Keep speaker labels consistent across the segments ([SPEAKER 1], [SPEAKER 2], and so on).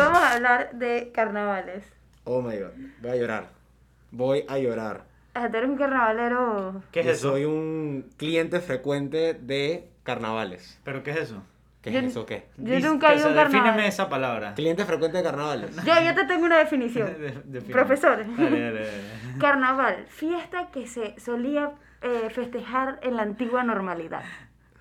[SPEAKER 1] hablar de carnavales.
[SPEAKER 2] Oh my god, voy a llorar. Voy a llorar.
[SPEAKER 1] Ah, Tú eres un carnavalero.
[SPEAKER 3] ¿Qué es
[SPEAKER 2] Yo
[SPEAKER 3] eso?
[SPEAKER 2] Soy un cliente frecuente de carnavales.
[SPEAKER 3] ¿Pero qué es eso?
[SPEAKER 2] ¿Qué
[SPEAKER 1] Yo-
[SPEAKER 2] es eso qué?
[SPEAKER 1] Yo
[SPEAKER 3] Dis-
[SPEAKER 1] nunca he
[SPEAKER 3] o
[SPEAKER 1] ido a
[SPEAKER 3] sea,
[SPEAKER 1] un carnaval.
[SPEAKER 3] Defíneme esa palabra.
[SPEAKER 2] Cliente frecuente de carnavales.
[SPEAKER 1] Yo, yo te tengo una definición.
[SPEAKER 3] De- defíneme.
[SPEAKER 1] Profesor.
[SPEAKER 3] Dale, dale, dale.
[SPEAKER 1] Carnaval, fiesta que se solía eh, festejar en la antigua normalidad.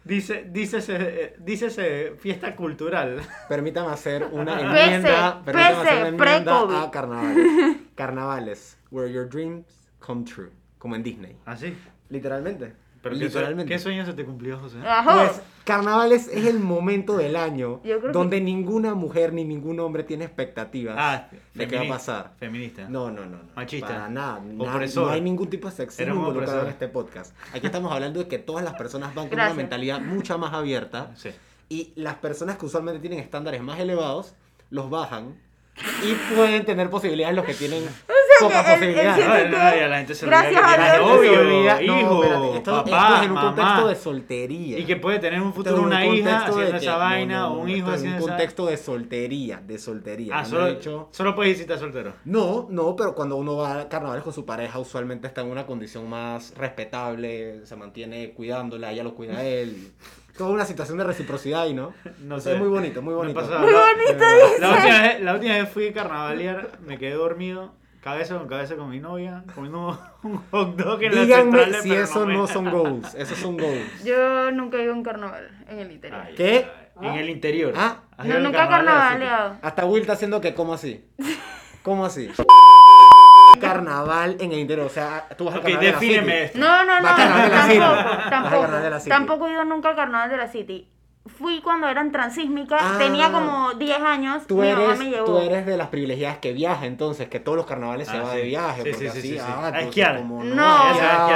[SPEAKER 3] Dice, dícese, eh, dícese fiesta cultural.
[SPEAKER 2] Permítame hacer una
[SPEAKER 1] Pese,
[SPEAKER 2] enmienda, permítame hacer una
[SPEAKER 1] pese,
[SPEAKER 2] enmienda
[SPEAKER 1] pre-COVID.
[SPEAKER 2] a carnavales. Carnavales, where your dreams come true, como en Disney.
[SPEAKER 3] Así.
[SPEAKER 2] Literalmente.
[SPEAKER 3] Pero qué sue-
[SPEAKER 2] literalmente.
[SPEAKER 3] ¿Qué sueño se te cumplió, José?
[SPEAKER 1] Ajá.
[SPEAKER 2] Pues carnavales es el momento del año
[SPEAKER 1] Yo creo que-
[SPEAKER 2] donde ninguna mujer ni ningún hombre tiene expectativas
[SPEAKER 3] Ah,
[SPEAKER 2] de qué va a
[SPEAKER 3] femini-
[SPEAKER 2] pasar.
[SPEAKER 3] Feminista.
[SPEAKER 2] No, no, no, no.
[SPEAKER 3] Machista.
[SPEAKER 2] Para nada. Na-
[SPEAKER 3] Opresor.
[SPEAKER 2] no hay ningún tipo de sexismo
[SPEAKER 3] Eres un
[SPEAKER 2] involucrado en
[SPEAKER 3] opresor.
[SPEAKER 2] este podcast. Aquí estamos hablando de que todas las personas van con
[SPEAKER 1] Gracias.
[SPEAKER 2] una mentalidad mucho más abierta
[SPEAKER 3] Sí.
[SPEAKER 2] y las personas que usualmente tienen estándares más elevados los bajan y pueden tener posibilidades los que tienen pocas
[SPEAKER 1] que el- el
[SPEAKER 2] posibilidades.
[SPEAKER 1] científico-
[SPEAKER 3] Ay, no, y a la gente se le
[SPEAKER 1] Gracias
[SPEAKER 3] olvida que
[SPEAKER 1] a
[SPEAKER 3] tiene
[SPEAKER 1] Dios.
[SPEAKER 3] novio,
[SPEAKER 2] Se olvida- no,
[SPEAKER 3] hijo,
[SPEAKER 2] espérate, esto, esto
[SPEAKER 3] papá,
[SPEAKER 2] es en un
[SPEAKER 3] mamá.
[SPEAKER 2] contexto de soltería.
[SPEAKER 3] Y que puede tener un
[SPEAKER 2] Esto
[SPEAKER 3] futuro
[SPEAKER 2] es
[SPEAKER 3] una
[SPEAKER 2] un
[SPEAKER 3] hija
[SPEAKER 2] contexto de
[SPEAKER 3] haciendo
[SPEAKER 2] que-
[SPEAKER 3] esa
[SPEAKER 2] no,
[SPEAKER 3] vaina
[SPEAKER 2] no, no,
[SPEAKER 3] o un
[SPEAKER 2] esto
[SPEAKER 3] hijo
[SPEAKER 2] es
[SPEAKER 3] haciendo
[SPEAKER 2] un
[SPEAKER 3] esa
[SPEAKER 2] contexto de soltería, de soltería.
[SPEAKER 3] Ah,
[SPEAKER 2] no
[SPEAKER 3] solo,
[SPEAKER 2] he dicho-
[SPEAKER 3] solo puedes visitar soltero.
[SPEAKER 2] No, no, pero cuando uno va a carnavales con su pareja, usualmente está en una condición más respetable, se mantiene cuidándola, ella lo cuida a él. Toda una situación de reciprocidad ahí, ¿no?
[SPEAKER 3] No sé.
[SPEAKER 2] Es muy bonito, muy
[SPEAKER 3] Me
[SPEAKER 2] bonito.
[SPEAKER 3] pasaba.
[SPEAKER 1] Muy
[SPEAKER 3] La-
[SPEAKER 1] bonito,
[SPEAKER 2] la-
[SPEAKER 1] dice.
[SPEAKER 3] La última, vez, la última vez fui a carnavalear, me quedé dormido, cabeza con cabeza con mi novia, comiendo un hot dog en las
[SPEAKER 2] Díganme
[SPEAKER 3] centrales,
[SPEAKER 2] si
[SPEAKER 3] pero
[SPEAKER 2] eso
[SPEAKER 3] me-
[SPEAKER 2] no son goals, esos son goals.
[SPEAKER 1] Yo nunca he ido a un carnaval en el interior.
[SPEAKER 3] Ay,
[SPEAKER 2] ¿Qué?
[SPEAKER 3] ay, En el interior.
[SPEAKER 2] Ah.
[SPEAKER 3] Has
[SPEAKER 1] No,
[SPEAKER 3] ido a
[SPEAKER 1] nunca
[SPEAKER 3] carnavalear,
[SPEAKER 1] carnavaleado.
[SPEAKER 2] Hasta Will está haciendo que, ¿cómo así? ¿Cómo así? Carnaval en el interior, o sea, tú vas a
[SPEAKER 3] Ok,
[SPEAKER 2] carnaval de la City.
[SPEAKER 3] defíneme esto.
[SPEAKER 1] No, no, no,
[SPEAKER 2] Vas a Carnaval de la City. Vas
[SPEAKER 1] tampoco,
[SPEAKER 2] a
[SPEAKER 1] tampoco,
[SPEAKER 2] Carnaval de la City.
[SPEAKER 1] tampoco he ido nunca al carnaval de la City. Fui cuando eran transísmicas,
[SPEAKER 2] Ah.
[SPEAKER 1] tenía como 10 años,
[SPEAKER 2] Tú
[SPEAKER 1] mi mamá
[SPEAKER 2] eres,
[SPEAKER 1] me llevó.
[SPEAKER 2] tú eres de las privilegiadas que viaja, entonces, que todos los carnavales se
[SPEAKER 3] Ah,
[SPEAKER 2] va
[SPEAKER 3] sí.
[SPEAKER 2] de viaje.
[SPEAKER 3] Sí,
[SPEAKER 2] porque
[SPEAKER 3] sí, sí,
[SPEAKER 2] así,
[SPEAKER 3] sí, sí.
[SPEAKER 2] ah,
[SPEAKER 3] A
[SPEAKER 2] entonces,
[SPEAKER 3] esquiar.
[SPEAKER 2] como
[SPEAKER 1] No.
[SPEAKER 2] ya se va a
[SPEAKER 3] Esquiar.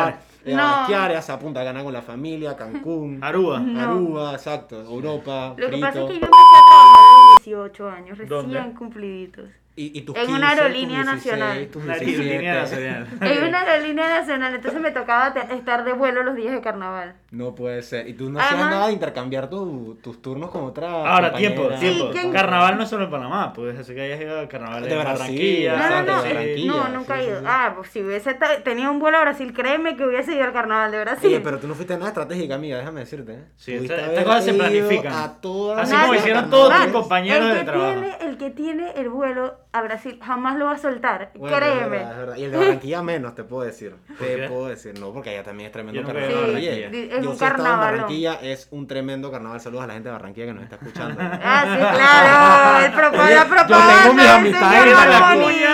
[SPEAKER 2] ya va a
[SPEAKER 1] No.
[SPEAKER 2] esquiar, ya se apunta a ganar con la familia, Cancún,
[SPEAKER 3] Aruba.
[SPEAKER 1] No.
[SPEAKER 2] Aruba, exacto, Europa,
[SPEAKER 1] Lo que
[SPEAKER 2] frito.
[SPEAKER 1] pasa es que yo empecé a trabajar a los 18 años, recién
[SPEAKER 3] ¿Dónde?
[SPEAKER 1] cumpliditos.
[SPEAKER 2] y, y tus
[SPEAKER 1] en una
[SPEAKER 2] 15,
[SPEAKER 1] aerolínea
[SPEAKER 2] tus 16,
[SPEAKER 1] nacional.
[SPEAKER 2] tus
[SPEAKER 3] Una
[SPEAKER 2] 17.
[SPEAKER 3] aerolínea nacional.
[SPEAKER 1] En una aerolínea nacional, entonces me tocaba te- estar de vuelo los días de carnaval.
[SPEAKER 2] No puede ser. Y tú no hacías
[SPEAKER 1] Además-
[SPEAKER 2] nada de intercambiar tu- tus turnos con otra.
[SPEAKER 3] Ahora,
[SPEAKER 2] compañera.
[SPEAKER 3] tiempo, tiempo.
[SPEAKER 1] Sí, ¿quién-
[SPEAKER 3] Carnaval no es solo en Panamá, puede ser que hayas ido a carnaval
[SPEAKER 2] Ah, De
[SPEAKER 3] en
[SPEAKER 2] Brasil,
[SPEAKER 3] Barranquilla.
[SPEAKER 1] No, no,
[SPEAKER 2] Santo
[SPEAKER 1] no, eh,
[SPEAKER 2] de
[SPEAKER 3] sí.
[SPEAKER 2] Barranquilla.
[SPEAKER 1] no, nunca
[SPEAKER 2] sí,
[SPEAKER 1] he ido.
[SPEAKER 2] sí, sí.
[SPEAKER 1] Ah, pues si hubiese ta- tenido un vuelo a Brasil, créeme que hubiese ido al carnaval de Brasil.
[SPEAKER 2] Oye, pero tú no fuiste nada estratégica, amiga, déjame decirte. ¿eh?
[SPEAKER 3] Sí,
[SPEAKER 2] Pudiste
[SPEAKER 3] esta-
[SPEAKER 2] haber
[SPEAKER 3] estas cosas se
[SPEAKER 2] ido
[SPEAKER 3] planifican.
[SPEAKER 2] A todas
[SPEAKER 3] Así
[SPEAKER 2] las
[SPEAKER 3] como
[SPEAKER 1] Nadie-
[SPEAKER 3] hicieron todos tus
[SPEAKER 1] Nadie.
[SPEAKER 2] carnavales.
[SPEAKER 3] compañeros
[SPEAKER 1] el
[SPEAKER 3] de
[SPEAKER 1] que
[SPEAKER 3] trabajo.
[SPEAKER 1] Tiene, el que tiene el vuelo a Brasil jamás lo va a soltar,
[SPEAKER 2] Bueno,
[SPEAKER 1] créeme.
[SPEAKER 2] es verdad, es verdad. Y el de Barranquilla menos, te puedo decir. Te
[SPEAKER 3] qué?
[SPEAKER 2] puedo decir, no, porque allá también es tremendo
[SPEAKER 3] Yo nunca he
[SPEAKER 2] carnaval.
[SPEAKER 3] ido a
[SPEAKER 2] Oye,
[SPEAKER 3] Barranquilla.
[SPEAKER 1] Di- es
[SPEAKER 2] yo
[SPEAKER 1] un
[SPEAKER 2] sí he estado en
[SPEAKER 1] carnavalón.
[SPEAKER 2] Barranquilla, es un tremendo carnaval. Saludos a la gente de Barranquilla que nos está escuchando.
[SPEAKER 1] Ah, sí, claro. El propa-
[SPEAKER 2] Oye,
[SPEAKER 1] la
[SPEAKER 2] yo
[SPEAKER 1] propaganda
[SPEAKER 2] tengo mis
[SPEAKER 1] del
[SPEAKER 2] amistades
[SPEAKER 1] señor
[SPEAKER 2] en la
[SPEAKER 1] Boni.
[SPEAKER 3] cuña.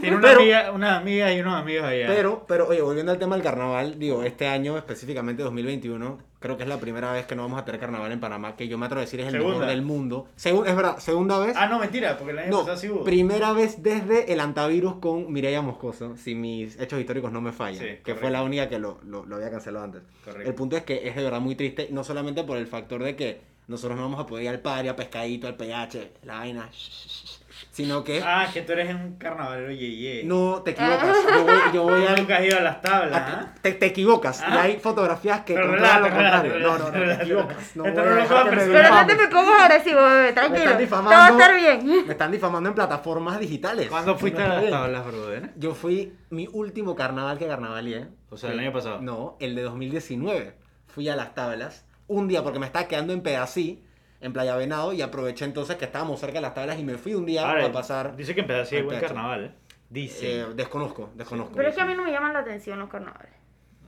[SPEAKER 3] Tiene una
[SPEAKER 2] Pero-
[SPEAKER 3] amiga, una amiga y unos amigos allá.
[SPEAKER 2] Pero, pero, oye, volviendo al tema del carnaval, digo, este año, específicamente 2021, creo que es la primera vez que no vamos a tener carnaval en Panamá, que yo me atrevo a decir es el mejor
[SPEAKER 3] Segunda.
[SPEAKER 2] del mundo. Segun- es verdad, segunda vez.
[SPEAKER 3] Ah, no, mentira, porque el año
[SPEAKER 2] No,
[SPEAKER 3] pasado sí hubo.
[SPEAKER 2] primera vez desde el antivirus con Mireia Moscoso, si mis hechos históricos no me fallan,
[SPEAKER 3] Sí,
[SPEAKER 2] que
[SPEAKER 3] correcto.
[SPEAKER 2] fue la única que lo, lo- lo había cancelado antes.
[SPEAKER 3] Correcto.
[SPEAKER 2] El punto es que es de verdad muy triste, no solamente por el factor de que nosotros no vamos a poder ir al party, a pescadito, al pH, la vaina, sino que
[SPEAKER 3] Ah, que tú eres un carnavalero yeye.
[SPEAKER 2] no te equivocas. Yo voy, yo voy
[SPEAKER 3] Tú
[SPEAKER 2] al-
[SPEAKER 3] Ah, nunca has ido a las tablas,
[SPEAKER 2] a-
[SPEAKER 3] ¿ah?
[SPEAKER 2] te, te equivocas, y
[SPEAKER 3] Ah.
[SPEAKER 2] hay fotografías que
[SPEAKER 3] Pero
[SPEAKER 2] comprueban
[SPEAKER 3] relata,
[SPEAKER 2] lo contrario.
[SPEAKER 3] relata,
[SPEAKER 2] no, no, no, te
[SPEAKER 3] relata.
[SPEAKER 2] equivocas. No voy
[SPEAKER 3] Esto no
[SPEAKER 2] a
[SPEAKER 3] lo
[SPEAKER 2] dejar que
[SPEAKER 3] puedo
[SPEAKER 2] me
[SPEAKER 3] percibir.
[SPEAKER 1] Pero no
[SPEAKER 2] difame.
[SPEAKER 1] te me comas agresivo, bebé,
[SPEAKER 2] Me están
[SPEAKER 1] tranquilo. Todo
[SPEAKER 2] difamando.
[SPEAKER 1] va a estar bien.
[SPEAKER 2] Me están difamando en plataformas digitales.
[SPEAKER 3] ¿Cuándo
[SPEAKER 2] Que
[SPEAKER 3] fuiste
[SPEAKER 2] no
[SPEAKER 3] a
[SPEAKER 2] está
[SPEAKER 3] las
[SPEAKER 2] bien.
[SPEAKER 3] tablas, brother?
[SPEAKER 2] Yo fui mi último carnaval que carnavalié.
[SPEAKER 3] O sea, el año pasado.
[SPEAKER 2] No, el de 2019. Fui a las tablas un día porque me estaba quedando en Pedací, en Playa Venado, y aproveché entonces que estábamos cerca de las tablas y me fui un día
[SPEAKER 3] Ahora,
[SPEAKER 2] a pasar.
[SPEAKER 3] Dice que empezó así de
[SPEAKER 2] al
[SPEAKER 3] buen
[SPEAKER 2] teatro.
[SPEAKER 3] carnaval, ¿eh? Dice.
[SPEAKER 2] Eh, desconozco, desconozco.
[SPEAKER 1] Pero es que a mí no me llaman la atención los carnavales.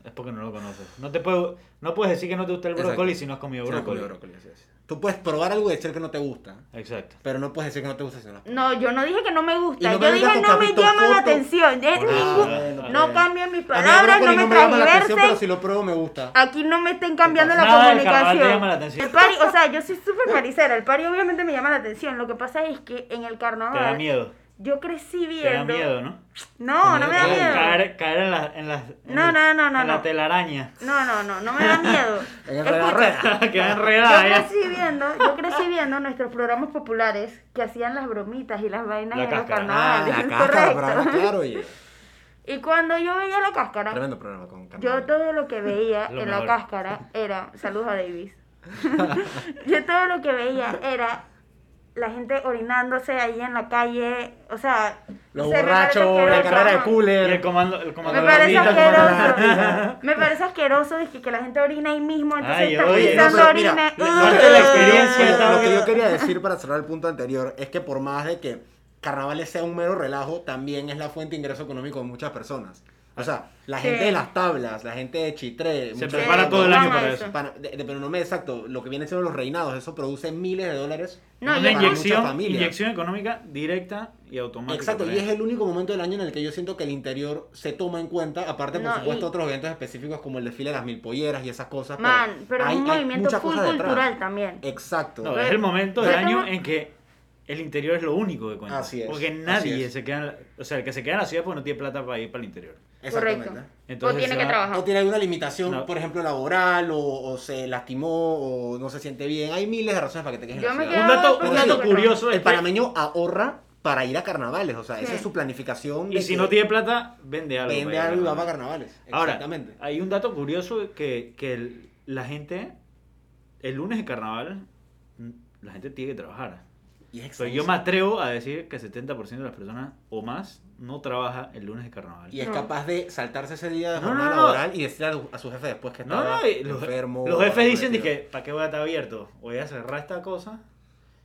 [SPEAKER 3] Es porque no lo conoces. No te puedo, no puedes decir que no te gusta el
[SPEAKER 2] Exacto.
[SPEAKER 3] brócoli si no has comido
[SPEAKER 2] Sí, no he
[SPEAKER 3] brócoli.
[SPEAKER 2] comido brócoli, así es. Tú puedes probar algo y decir que no te gusta,
[SPEAKER 3] Exacto.
[SPEAKER 2] pero no puedes decir que no te gusta si no lo has probado.
[SPEAKER 1] No, yo no dije que no me gusta.
[SPEAKER 2] Y no me
[SPEAKER 1] yo
[SPEAKER 2] vengas
[SPEAKER 1] dije
[SPEAKER 2] con
[SPEAKER 1] no me
[SPEAKER 2] capito
[SPEAKER 1] llama la
[SPEAKER 2] foto.
[SPEAKER 1] atención. Es
[SPEAKER 3] Ah,
[SPEAKER 1] ningún-
[SPEAKER 3] bueno,
[SPEAKER 1] no
[SPEAKER 2] pues.
[SPEAKER 1] cambien mis
[SPEAKER 2] A mí el
[SPEAKER 1] palabras, no
[SPEAKER 2] brócoli
[SPEAKER 1] me, Ah,
[SPEAKER 2] me llama la atención, pero
[SPEAKER 1] transversen.
[SPEAKER 2] si lo pruebo me gusta.
[SPEAKER 1] Aquí no me estén cambiando la
[SPEAKER 3] Pues Nada del carnaval te
[SPEAKER 1] comunicación.
[SPEAKER 3] llama la atención.
[SPEAKER 1] El pari, o sea, yo soy súper maricera. El pari obviamente me llama la atención. Lo que pasa es que en el
[SPEAKER 3] Te da
[SPEAKER 1] carnaval
[SPEAKER 3] miedo.
[SPEAKER 1] yo crecí
[SPEAKER 3] Te da
[SPEAKER 1] viendo.
[SPEAKER 3] miedo, ¿no?
[SPEAKER 1] No, no me da
[SPEAKER 2] Te da
[SPEAKER 1] miedo.
[SPEAKER 3] Caer, caer en las. En las en
[SPEAKER 1] No,
[SPEAKER 3] el-
[SPEAKER 1] no, no, no,
[SPEAKER 3] En la
[SPEAKER 1] no.
[SPEAKER 3] telaraña.
[SPEAKER 1] No, no, no, no me da miedo.
[SPEAKER 2] En el rueda,
[SPEAKER 1] Escucha,
[SPEAKER 2] rueda.
[SPEAKER 3] Queda
[SPEAKER 1] Yo
[SPEAKER 3] enredada Ah, ya.
[SPEAKER 1] crecí viendo, yo crecí viendo nuestros programas populares que hacían las bromitas y las vainas
[SPEAKER 3] La
[SPEAKER 1] en
[SPEAKER 3] cáscara.
[SPEAKER 1] los
[SPEAKER 2] Ah,
[SPEAKER 1] carnavales.
[SPEAKER 2] la cáscara,
[SPEAKER 1] correcto.
[SPEAKER 2] pero claro, oye.
[SPEAKER 1] Y cuando yo veía la cáscara,
[SPEAKER 2] Tremendo programa con
[SPEAKER 1] yo
[SPEAKER 2] carnaval.
[SPEAKER 1] todo lo que veía
[SPEAKER 3] Lo
[SPEAKER 1] en la
[SPEAKER 3] mejor.
[SPEAKER 1] cáscara era, saludos a Davis. yo todo lo que veía era la gente orinándose ahí en la calle, o sea...
[SPEAKER 2] Los
[SPEAKER 1] se me parece
[SPEAKER 2] borrachos, la
[SPEAKER 1] asqueroso.
[SPEAKER 2] carrera de
[SPEAKER 3] Y el
[SPEAKER 2] cooler.
[SPEAKER 3] comando, el
[SPEAKER 1] Me
[SPEAKER 3] comando de la
[SPEAKER 1] parece
[SPEAKER 3] bandita, el comando de la
[SPEAKER 1] asqueroso. Me parece asqueroso de que, que la gente orina ahí mismo, entonces
[SPEAKER 3] Ay,
[SPEAKER 1] estás
[SPEAKER 3] oye, no,
[SPEAKER 1] pisando
[SPEAKER 2] pero mira,
[SPEAKER 1] orina.
[SPEAKER 2] lo-
[SPEAKER 1] ¡Ugh!
[SPEAKER 3] parte de la experiencia está-
[SPEAKER 2] Lo que yo quería decir para cerrar el punto anterior es que por más de que carnavales sea un mero relajo, también es la fuente de ingreso económico de muchas personas. O sea, la
[SPEAKER 1] Sí.
[SPEAKER 2] gente de las tablas, la gente de Chitré,
[SPEAKER 3] Se
[SPEAKER 2] mucha
[SPEAKER 3] prepara
[SPEAKER 2] gente-
[SPEAKER 3] todo el año
[SPEAKER 1] Vamos a
[SPEAKER 3] para
[SPEAKER 1] eso.
[SPEAKER 3] eso.
[SPEAKER 2] Para- de- de- pero no me exacto, lo que vienen siendo los reinados, eso produce miles de dólares
[SPEAKER 1] No, y
[SPEAKER 3] una
[SPEAKER 1] es
[SPEAKER 2] para
[SPEAKER 1] como-
[SPEAKER 2] muchas
[SPEAKER 3] inyección,
[SPEAKER 2] familias.
[SPEAKER 3] inyección económica directa y automática.
[SPEAKER 2] Exacto, y
[SPEAKER 3] también.
[SPEAKER 2] es el único momento del año en el que yo siento que el interior se toma en cuenta, aparte por
[SPEAKER 1] No,
[SPEAKER 2] supuesto
[SPEAKER 1] y-
[SPEAKER 2] otros eventos específicos como el desfile de las mil polleras y esas cosas.
[SPEAKER 1] Man, pero es
[SPEAKER 2] hay-
[SPEAKER 1] un
[SPEAKER 2] hay
[SPEAKER 1] movimiento
[SPEAKER 2] muchas
[SPEAKER 1] full
[SPEAKER 2] cosas detrás. Eh,
[SPEAKER 1] cultural también.
[SPEAKER 2] Exacto.
[SPEAKER 3] No, es el momento del
[SPEAKER 1] Pero-
[SPEAKER 3] año en que el interior es lo único que cuenta.
[SPEAKER 2] Así es,
[SPEAKER 3] Porque
[SPEAKER 2] así
[SPEAKER 3] nadie
[SPEAKER 2] es.
[SPEAKER 3] se queda, en la- o sea, el que se queda en la ciudad porque no tiene plata para ir para el interior.
[SPEAKER 2] Exactamente.
[SPEAKER 1] Correcto.
[SPEAKER 3] Entonces
[SPEAKER 1] o tiene
[SPEAKER 3] se
[SPEAKER 1] que
[SPEAKER 3] va-
[SPEAKER 1] trabajar.
[SPEAKER 2] O tiene alguna limitación,
[SPEAKER 3] No.
[SPEAKER 2] por ejemplo, laboral, o, o se lastimó, o no se siente bien. Hay miles de razones para que te quedes
[SPEAKER 1] Yo
[SPEAKER 2] en la
[SPEAKER 1] me
[SPEAKER 2] ciudad.
[SPEAKER 1] quedo-
[SPEAKER 3] Un dato,
[SPEAKER 2] Pero
[SPEAKER 3] un dato
[SPEAKER 1] Ah, sí.
[SPEAKER 3] curioso es
[SPEAKER 2] El
[SPEAKER 3] que-
[SPEAKER 2] panameño ahorra para ir a carnavales, o sea, esa
[SPEAKER 1] Sí.
[SPEAKER 2] es su planificación.
[SPEAKER 3] y
[SPEAKER 2] de
[SPEAKER 3] si
[SPEAKER 2] que
[SPEAKER 3] no tiene plata, vende algo.
[SPEAKER 2] Vende
[SPEAKER 3] para ir a
[SPEAKER 2] algo y va
[SPEAKER 3] carnaval.
[SPEAKER 2] para carnavales.
[SPEAKER 3] Ahora,
[SPEAKER 2] Exactamente.
[SPEAKER 3] hay un dato curioso que, que el- la gente, el lunes de carnaval, mm, la gente tiene que trabajar.
[SPEAKER 2] Y es
[SPEAKER 3] Pero pues yo me atrevo a decir que 70% de las personas o más no trabaja el lunes de carnaval.
[SPEAKER 2] Y es
[SPEAKER 1] No.
[SPEAKER 2] capaz de saltarse ese día de
[SPEAKER 3] No,
[SPEAKER 2] jornada
[SPEAKER 3] no, no.
[SPEAKER 2] laboral y decirle a, su- a su jefe después que
[SPEAKER 3] No,
[SPEAKER 2] estaba
[SPEAKER 3] no, y los,
[SPEAKER 2] enfermo.
[SPEAKER 3] los
[SPEAKER 2] o
[SPEAKER 3] jefes
[SPEAKER 2] algo
[SPEAKER 3] dicen
[SPEAKER 2] del
[SPEAKER 3] que,
[SPEAKER 2] estilo.
[SPEAKER 3] ¿para qué voy a estar abierto? Voy a cerrar esta cosa.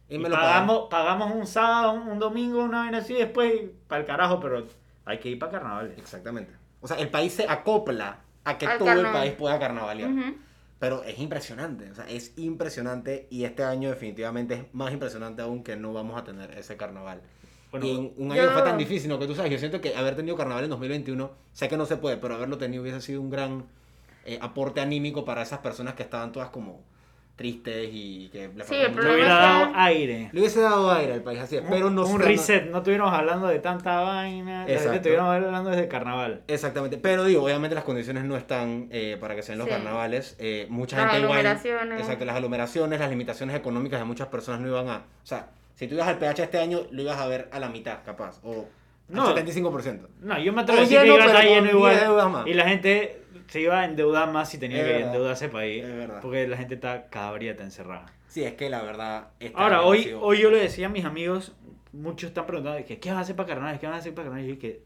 [SPEAKER 2] Y
[SPEAKER 3] Y
[SPEAKER 2] me lo pagamos.
[SPEAKER 3] pagamos, pagamos un sábado, un, un domingo, una vaina así, después para el carajo, pero hay que ir para carnavales.
[SPEAKER 2] Exactamente. O sea, el país se acopla a que
[SPEAKER 1] Al
[SPEAKER 2] todo el
[SPEAKER 1] carnaval.
[SPEAKER 2] país pueda carnavalear.
[SPEAKER 1] Ujú.
[SPEAKER 2] Pero es impresionante, o sea, es impresionante y este año definitivamente es más impresionante aún que no vamos a tener ese carnaval.
[SPEAKER 3] Bueno,
[SPEAKER 2] y en un año
[SPEAKER 1] yo-
[SPEAKER 2] fue tan difícil, ¿no? Que tú sabes, yo siento que haber tenido carnaval en 2021, sé que no se puede, pero haberlo tenido hubiese sido un gran eh, aporte anímico para esas personas que estaban todas como tristes y que le
[SPEAKER 1] Sí,
[SPEAKER 2] faltaba
[SPEAKER 1] el
[SPEAKER 2] mucho-
[SPEAKER 3] le
[SPEAKER 1] problema
[SPEAKER 3] hubiera
[SPEAKER 1] es que-
[SPEAKER 3] dado aire.
[SPEAKER 2] Le hubiese dado aire al país así, es, pero
[SPEAKER 3] un,
[SPEAKER 2] no
[SPEAKER 3] un
[SPEAKER 2] pero no-
[SPEAKER 3] reset, no estuviéramos hablando de tanta vaina. La gente
[SPEAKER 2] Exacto.
[SPEAKER 3] estuviéramos hablando desde carnaval.
[SPEAKER 2] Exactamente, pero digo, obviamente las condiciones no están eh, para que sean los
[SPEAKER 1] Sí.
[SPEAKER 2] carnavales. eh, mucha
[SPEAKER 1] Las
[SPEAKER 2] gente igual-
[SPEAKER 1] aglomeraciones.
[SPEAKER 2] exacto, las aglomeraciones, las limitaciones económicas de muchas personas no iban a. O sea, si tú ibas al PH este año, lo ibas a ver a la mitad, capaz, o
[SPEAKER 3] No.
[SPEAKER 2] al 75%.
[SPEAKER 3] No, yo me atrevo a
[SPEAKER 2] O
[SPEAKER 3] decir
[SPEAKER 2] lleno,
[SPEAKER 3] que iba a estar
[SPEAKER 2] pero con
[SPEAKER 3] lleno
[SPEAKER 2] 10 euros más.
[SPEAKER 3] igual. Y la gente se iba a endeudar más si tenía
[SPEAKER 2] Es
[SPEAKER 3] que
[SPEAKER 2] verdad.
[SPEAKER 3] endeudarse para ir.
[SPEAKER 2] Es verdad.
[SPEAKER 3] Porque la gente está cabrieta encerrada.
[SPEAKER 2] Sí, es que la verdad. este
[SPEAKER 3] Ahora,
[SPEAKER 2] año ha
[SPEAKER 3] hoy,
[SPEAKER 2] sido-
[SPEAKER 3] hoy yo le decía a mis amigos, muchos están preguntando, dije, ¿qué vas a hacer para carnaval? ¿Qué vas a hacer para carnaval? Y yo dije,